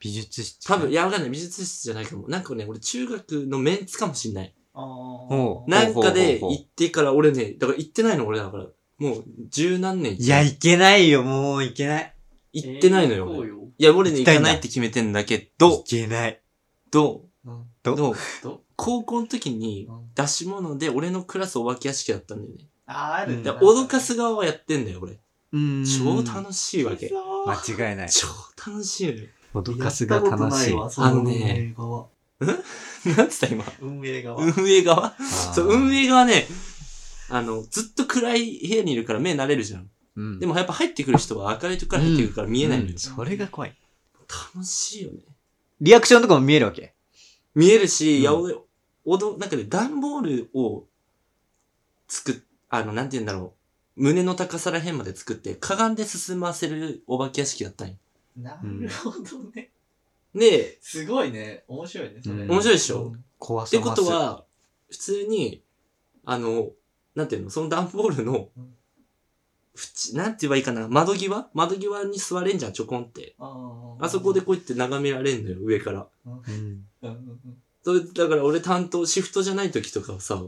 美術室多分、いや、わかんない。美術室じゃないかも。なんかね、俺中学のメンツかもしんない。あほうなんかでほうほうほうほう行ってから、俺ね、だから行ってないの俺だから。もう、十何年行っていや、いけないよ、もういけない。行ってないのよ。行こ俺ういよ。や、俺ね、行行きたいかんだないって決めてんだけいど、けない。どうん。う、どどう、ど高校の時にう、ん出し物で俺のクラスお化け屋敷だったんだよね。あー、あるうんねで、脅かす側はやってんだよ、俺。うーん超楽しいわけ。間しい。間違いない。超楽しいのよ。 脅かすが楽しい。あのね。運なんつった今。営側。運営側。運営側そう、運営。営側ね、あの、ずっと暗い部屋にいるから目慣れるじゃん。うんでもやっぱ入ってくる人は明るいとこから入ってくるから見えないのよ。うんそれが怖い。楽しいよね。リアクションとかも見えるわけ。見えるし、うんいや、俺、おど、なんかね、段ボールを作っ、あの、なんて言うんだろう。胸の高さら辺まで作って、かがんで進ませるお化け屋敷だったんよ。なるほどね。で、すごいね。面白いね、それ。うん面白いでしょ、うん怖っさてをこ増すと、は、普通に、あの、なんていうの、その段ボールのうん、縁、なんて言えばいいかな、窓際窓際に座れんじゃん、ちょこんって。あーあそこで、こうやって眺められんのよ、上から。うんうんうんうんそれ、だから俺担当、シフトじゃない時とかはさ、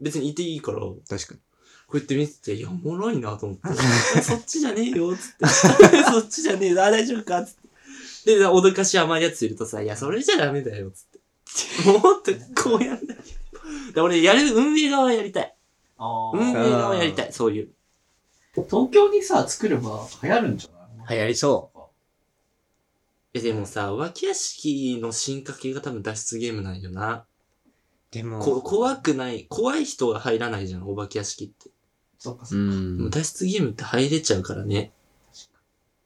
別にいていいから、確かに。こうやって見てて、いや、おもろいなと思って、そっちじゃねえよ、つって。そっちじゃねえよ、あ、大丈夫か、つって。で、脅かし甘いやついるとさ、いや、それじゃダメだよ、つって。もっとこうやんなきゃ。だから俺、やる、運営側やりたい。あ運営ーん側やりたい、そういう。東京にさ、作れば流行るんじゃない流行りそいや、でもさ、脇屋敷の進化系が多分脱出ゲームなんよな。う。でもこ怖くない、怖い人が入らないじゃん、お化け屋敷って。そっかうそっか。でもん。脱出ゲームって入れちゃうからね。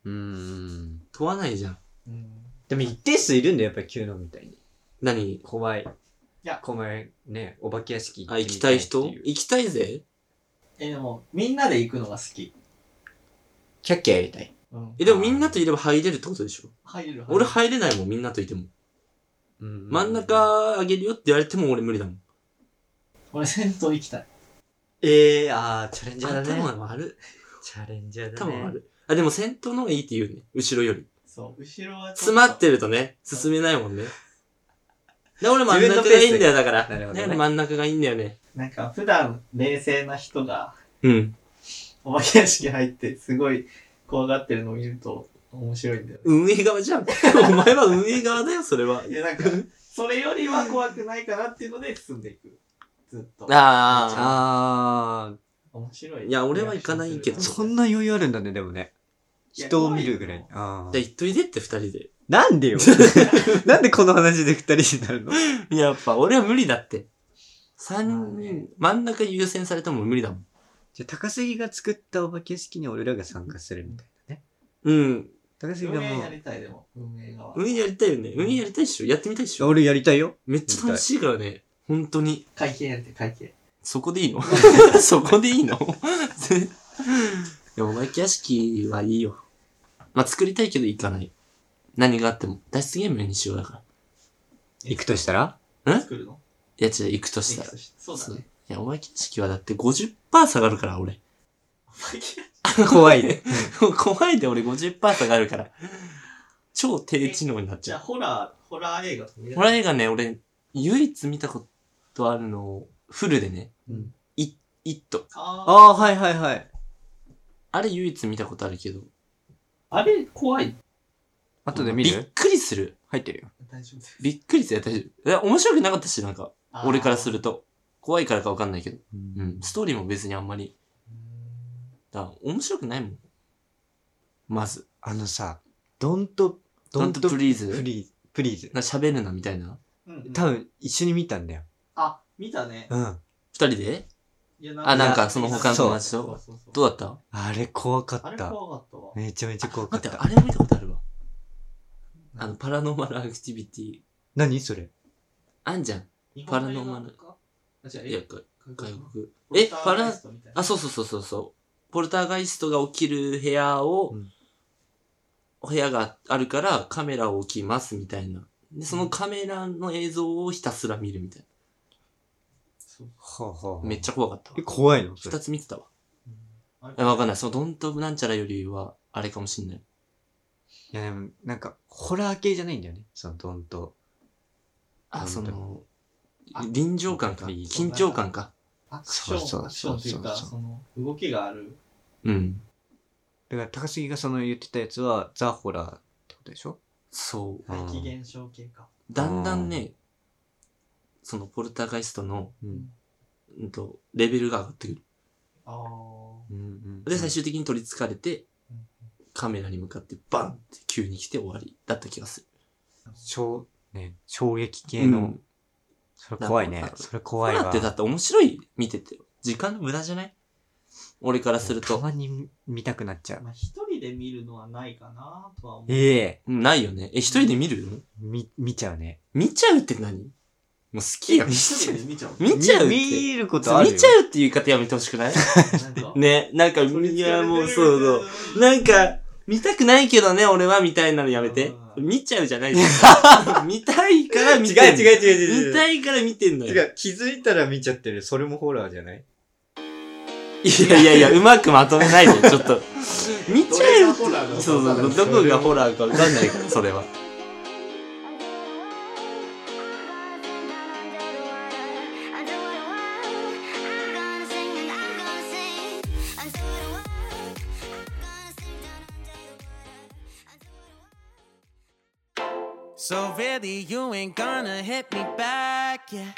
うん。問わないじゃん。うんでも一定数いるんだよ、やっぱり9のみたいに。何怖い。いや怖い。ね、お化け屋敷あ、行きたい人ってう行きたいぜ。え、でも、みんなで行くのが好き。キャッキャやりたい。うんえ、でもみんなといれば入れるってことでしょ入る俺入れないもん、みんなといても。うん真ん。中あげるよって言われても俺無理だもん。俺戦闘行きたい。ええー、あー、チャレンジャーだね。頭悪チャレンジャーだね。い。頭悪い。あ、でも先頭の方がいいって言うね。後ろより。そう、後ろはちょ詰まってるとね、進めないもんね。で、俺真ん中自分のペがースいでいんだよ、だから。なるほどねだから真ん中がいいんだよね。なんか普段冷静な人がうん。お化け屋敷入ってすごい怖がってるのを見ると面白いんだよね。運営側じゃ ん。お前は運営側だよ、それは。いやなんか、それよりは怖くないかなっていうので進んでいく。ずっと。ああ面白い。いや俺は行かないけどー、そんな余裕あるんだね、でもね。人を見るぐらい。ああ。じゃあー言っといでって二人で。なんでよ なんでこの話で二人になるの やっぱ俺は無理だって。まあ三ね人、真ん中優先されても無理だもん。じゃあ、高杉が作ったお化け屋敷に俺らが参加するみたいなね。うん。高杉 運が営もやりたいでも、運営側。運営やりたいよね。運営やりたいっしょ。やってみたいっしう、ょ。俺やりたいよ。めっちゃ楽しいからね。本当に。会計やりたい、会計。そこでいいのそこでいいのいや、お化け屋敷はいいよ。まあ、作りたいけど行かない。何があっても。脱出ゲームにしようだから。行くとした ら作るのいや、違う、行くとしたら。いそうだね。や、お化け屋敷はだって50%下がるから、俺。 お化け屋敷怖いね。怖いで俺50%下がるから。超低知能になっちじゃゃうあ、。ホラー、ホラー映画とか見ホなラいー映画ね、俺、唯一見たことあるの、フルでね、うんイイット。あああ、はいはいはい。あれ唯一見たことあるけど、あ。あれ、怖い。後で見びっるくりする。入ってるよ。大丈夫です。びっくりする。大丈夫。いや面白くなかったし、なんか、俺からする。ると。怖いからかわかんないけど。ううんん。ストーリーも別にあんまり。だから面白くないもん。まず。あのさ、ドント、ドントプリープズ。リーズ、プリーズ。な喋るな、みたいな。うんうん多分、一緒に見たんだよ。あ、見たね。うん。二人でいやあなんかその他の友達と。そうそうそうどうだったあれ怖かあっれた。怖かったわ。めちゃめちゃ怖かっ待って、たあ。れも見たことあるわ。あの、パラノーマルアクティビティ。何それあんじゃん。日パラ本の映ノーマ画ルとかあ、じゃあ、いや、え外外国。国え、パラ、、あ、あ、そうそうそうそうそう。ポルターガイストが起きる部屋を、うんお部屋があるからカメラを置きますみたいな。で、そのカメラの映像をひたすら見るみたいそうはあはな。めっちゃ。ゃ怖かったわえ、。怖いのそれ二つ見てたわ。うんあれいや、わかんない。そのドントブなんちゃらよりは、あれかもしんない。いやでも、なんか、ホラー系じゃないんだよね。そのドント。あ、そドントのあ、臨場感か。いい緊張感か。アクション、そうアクションというか、そうそうその、動きがある。うん。だから、高杉がその言ってたやつは、ザ・ホラーってことでしょそう。怪奇現象系か。だんだんね、そのポルターガイストの、うん。うんと、レベルが上がってくる。あーうんうんで、最終的に取り憑かれてうん、カメラに向かってバンって急に来て終わりだった気がする。衝、ね、衝撃系の、うんそれ怖いねなん。かそれホ怖いラーわ。ってだって面白い見てて。時間の無駄じゃない俺からするたと。まに見たくなっちゃう。まあ、一人で見るのはないかなとは思う。ええうんないよね。え、一人で見るみ、見ちゃうね。見ちゃうって何もう好きやん。見一人で見ちゃう。ちゃうっみて。見ることある よ。見ちゃうっていう言い方やめてほしくないなんかね、なんか、いや、もうそうそう。うなんか、見たくないけどね、俺は、みたいなのやめて。う見ちゃうじゃないですか。 見たいから見てんの。違う違う違見たいから見てんのよ。う。気づいたら見ちゃってる。それもホラーじゃないいやいやいや、うまくまとめない で、ちょっと。見ちゃうよ。どれがホラーなのそうそうそう。どこがホラーかわかんないから、それは。 So really, you ain't gonna hit me back, yeah.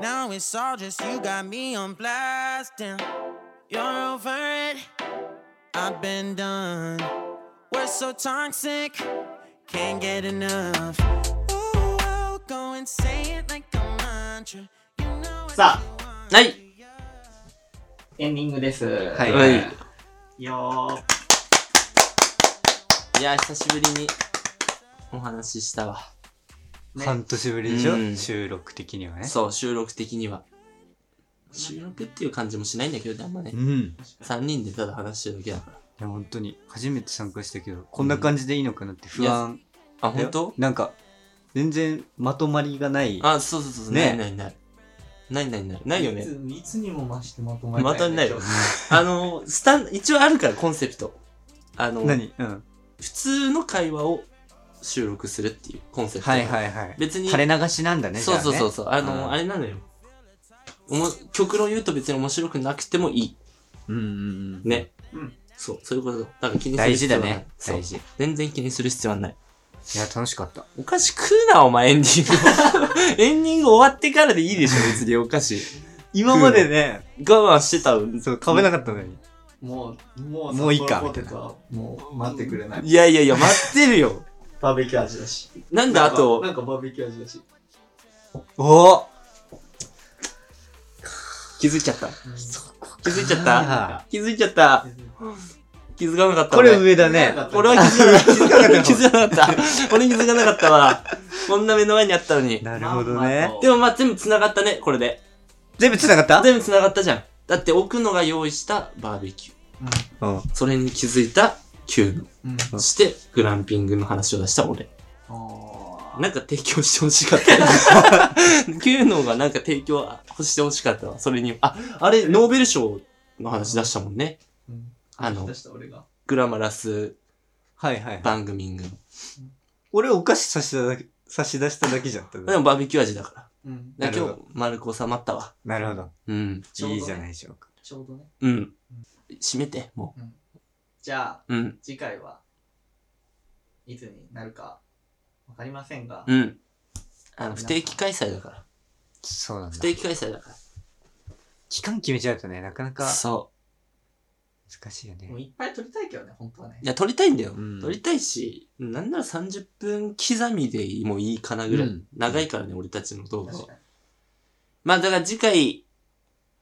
Now it's all just you got me on blast, damn. You're over it. I've been done. We're so toxic, can't get enough. Ooh, I'll go and say it like a mantra. You know さあ、 I はい。エンディングです。いはいい。よー。いや、久しぶりにお話ししたわ。ね半年ぶりでしょ、うん収録的にはね。そう、収録的には。収録っていう感じもしないんだけどね、あんまねう。ん。い3人でただ話してるだけだから。や、本当に、初めて参加したけど、こんな感じでいいのかなって不安あ、だよ。本当なんか、全然まとまりがない。あ、そうそうそうそう。なねいないない。ないないない。ないよね い。ついつにも増してまとまりまとまりないよ今日。あの、スタン、一応あるから、コンセプト。あの、何うん。普通の会話を収録するっていうコンセプト。はいはいはい。別に、垂れ流しなんだね、そうそうそうう。そう、あの、うんあれなのよ。おも極論言うと別に面白くなくてもいい。うんうんうん。ね。うんそう、そういうこと。だから気にする大事必要だはない。ね。そう大事。い全然気にする必要はない。や、楽しかった。お菓子食うな、お前、エンディング。 エンディング終わってからでいいでしょ、別にお菓子。今までね、我慢してた。そう、食べなかったのに。もう、もう、もういいかポテトはもう待ってくれない。いやいやいや、待ってるよ。バーベキュー味だし。なんであと、なんかなんかバーベキュー味だし。おお気づいちゃった。そ気づいちゃった。気づいちゃった。気づかなかった。これ俺上だね。俺は気 づかなかった。気づかなかった。俺気づかなかったわ。こんな目の前にあったのに。なるほどね。でもまあ全部繋がったね、これで。全部繋がった全部繋がったじゃん。だって奥野が用意したバーベキュー。うん。それに気づいた Q うん。の。して、グランピングの話を出した俺。あなんか提供してほしかった。Q のがなんか提供してほしかったわ。それに、あ、あれ、ノーベル賞の話出したもんね。ああ。の出、した俺が。グラマラスはいはいはい。番組ングの。俺お菓子差し出だけ差し出しただけじゃん。でもバーベキュー味だから。うん。だからな今る日、丸く収まったわ。なるほど。うん。ちょうどねいいじゃないでしょうか。ちょうどね。うん。閉めて、もじゃあ、う。うん。次回はいつになるかわかりませんが、うん。あの、不定期開催だから。そうなんだ不。定期開催だか。期間決めちゃうとね、なかなからそ難しいよねもう。いっぱい撮りたいけどね、本当はねう。い。や、撮りたいんだよ。うん撮りたいし、なんなら30分刻みでもいいかなぐらい。うん長いからね、俺たちの動画は確かまあだから次回、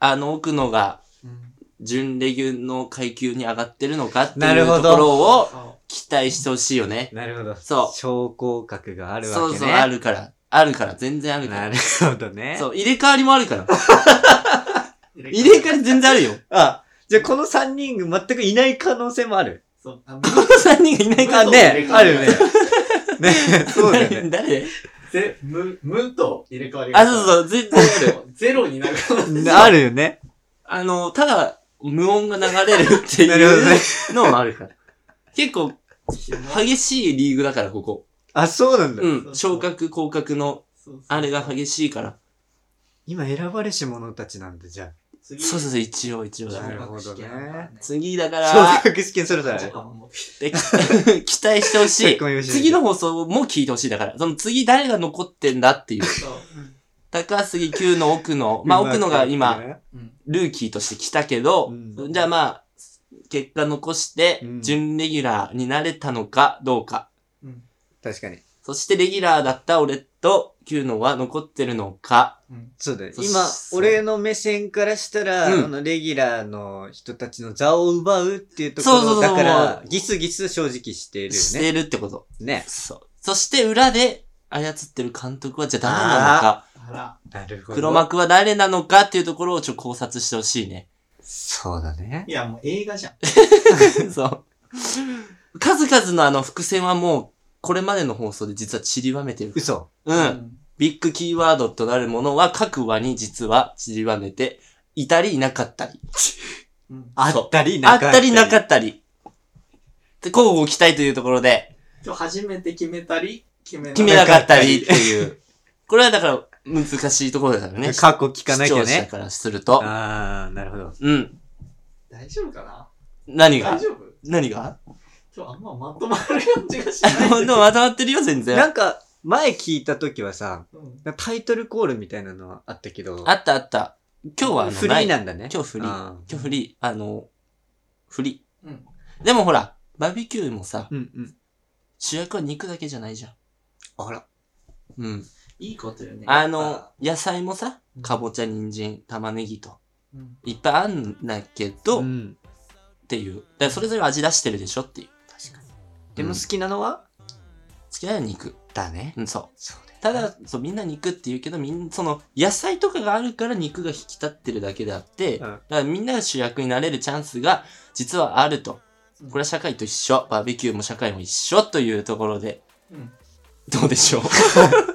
あの奥野がに。うん。準レギュの階級に上がってるのかってないるうほとどころをそ期待してほしいよね。なるほど。そう昇降格があるわけね。そうそう、あるから。あるから、全然あるかなら。るほどね。そう、入れ替わりもある から。う。入れ替わり全然あるよ。あ、じゃあこの3人が全くいない可能性もあ る。そう。 あ、もう3人がいないかあ、ら。ね、あるよね。ね、そうだよ誰ね。誰ぜ、む、むと入れ替わりあ、そうそう、全然ある。う。ゼロになるかもしれない。 あるよね。あの、ただ、無音が流れるってなるほどいねう。のもあるから。結構、激しいリーグだから、ここ。あ、そうなんだ。うん。昇格、降格の、そうそうあれが激しいから。今選ばれし者たちなんだ、じゃ次そうそうそう、一応、一応だ昇かならる。ほ格ど試験ねだからね。次だかあ。ら昇、格試験そろそろあそうるか。もで 期待してほ し結婚よろい。しい次の放送も聞いてほしいだから。その次誰が残ってんだっていう。そう。高杉9の奥野。まあ奥野が今、、うん。ルーキーとして来たけど、うんじゃあまあ、結果残してう、ん準レギュラーになれたのかどうか。うん。確かに。そしてレギュラーだった俺と9のは残ってるのか。うん。そうだよ。そ今、そう俺の目線からしたら、うんあの、レギュラーの人たちの座を奪うっていうところそうそうそうだかもらう、ギスギス正直しているしよてね。るってこと。ね。そう。そして裏で操ってる監督はじゃあ誰なのか。あら。なるほ黒幕は誰なのかっていうところをちょっと考察してほしい ね。そうだねい。や、もう映画じゃん。そう。数々のあの伏線はもう、これまでの放送で実は散りばめてる。嘘。う。。うんビッグキーワードとなるものは各話に実は散りばめて、いたりいなかったり。うん。あったりあなっかったり。たりなかったり。で、交互期待というところで、今日初めて決めたり、決めな決めなかったりっていう。これはだから難しいところだからね。過去聞かなきゃ視聴者ね。からすると。ああ、なるほど。うん。大丈夫かな何が大丈夫何が今日あんままとまる感じがし ない。ほんとまとまってるよ、全な然。んか、前聞いた時はさ、うんタイトルコールみたいなのはあったけど、あったあった。今日はあのフリないーなんだね。今日フリーあ今日フリー、あの、フリうん。ー。でもほら、バーベキューもさ、ー。うんうん。主役は肉だけじゃないじゃん。あら。うん。いいことよね。あやっのぱ、、野菜もさう、んかぼちゃ、人参、玉ねぎと、うんいっぱいあんだけど、うっん。ていう。だからそれぞれ味出してるでしょっていう。でも好きなのは好きなのは肉。だね。うん、そう。そうだよ。ただ、そう、みんな肉って言うけど、みんその、野菜とかがあるから肉が引き立ってるだけであって、んだからみんなが主役になれるチャンスが、実はあると。うんこれは社会と一緒。バーベキューも社会も一緒というところで、うん。どうで しょう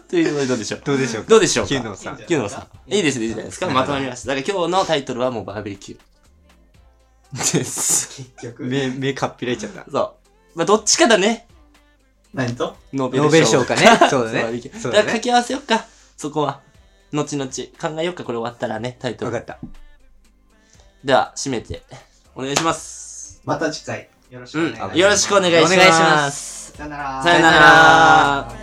ということでどうでしょうどうでしょうかどうでしょうか九能さん。キュノさん。いいですね、いいじゃないですか。まとまりました。だから今日のタイトルはもうバーベキュー。です。結局。目、目かっぴらいちゃった。そう。まあ、どっちかだね。何とノノーベル賞かね。 そうだね。ね。そうだから掛だね。け合わせよっか、そこは。後々。考えよっか、これ終わったらね、タイトわかル。った。では、締めて、お願いします。また次回。よろしくうお願いします。ん。よろしくお願いします。お願いしますさよなら。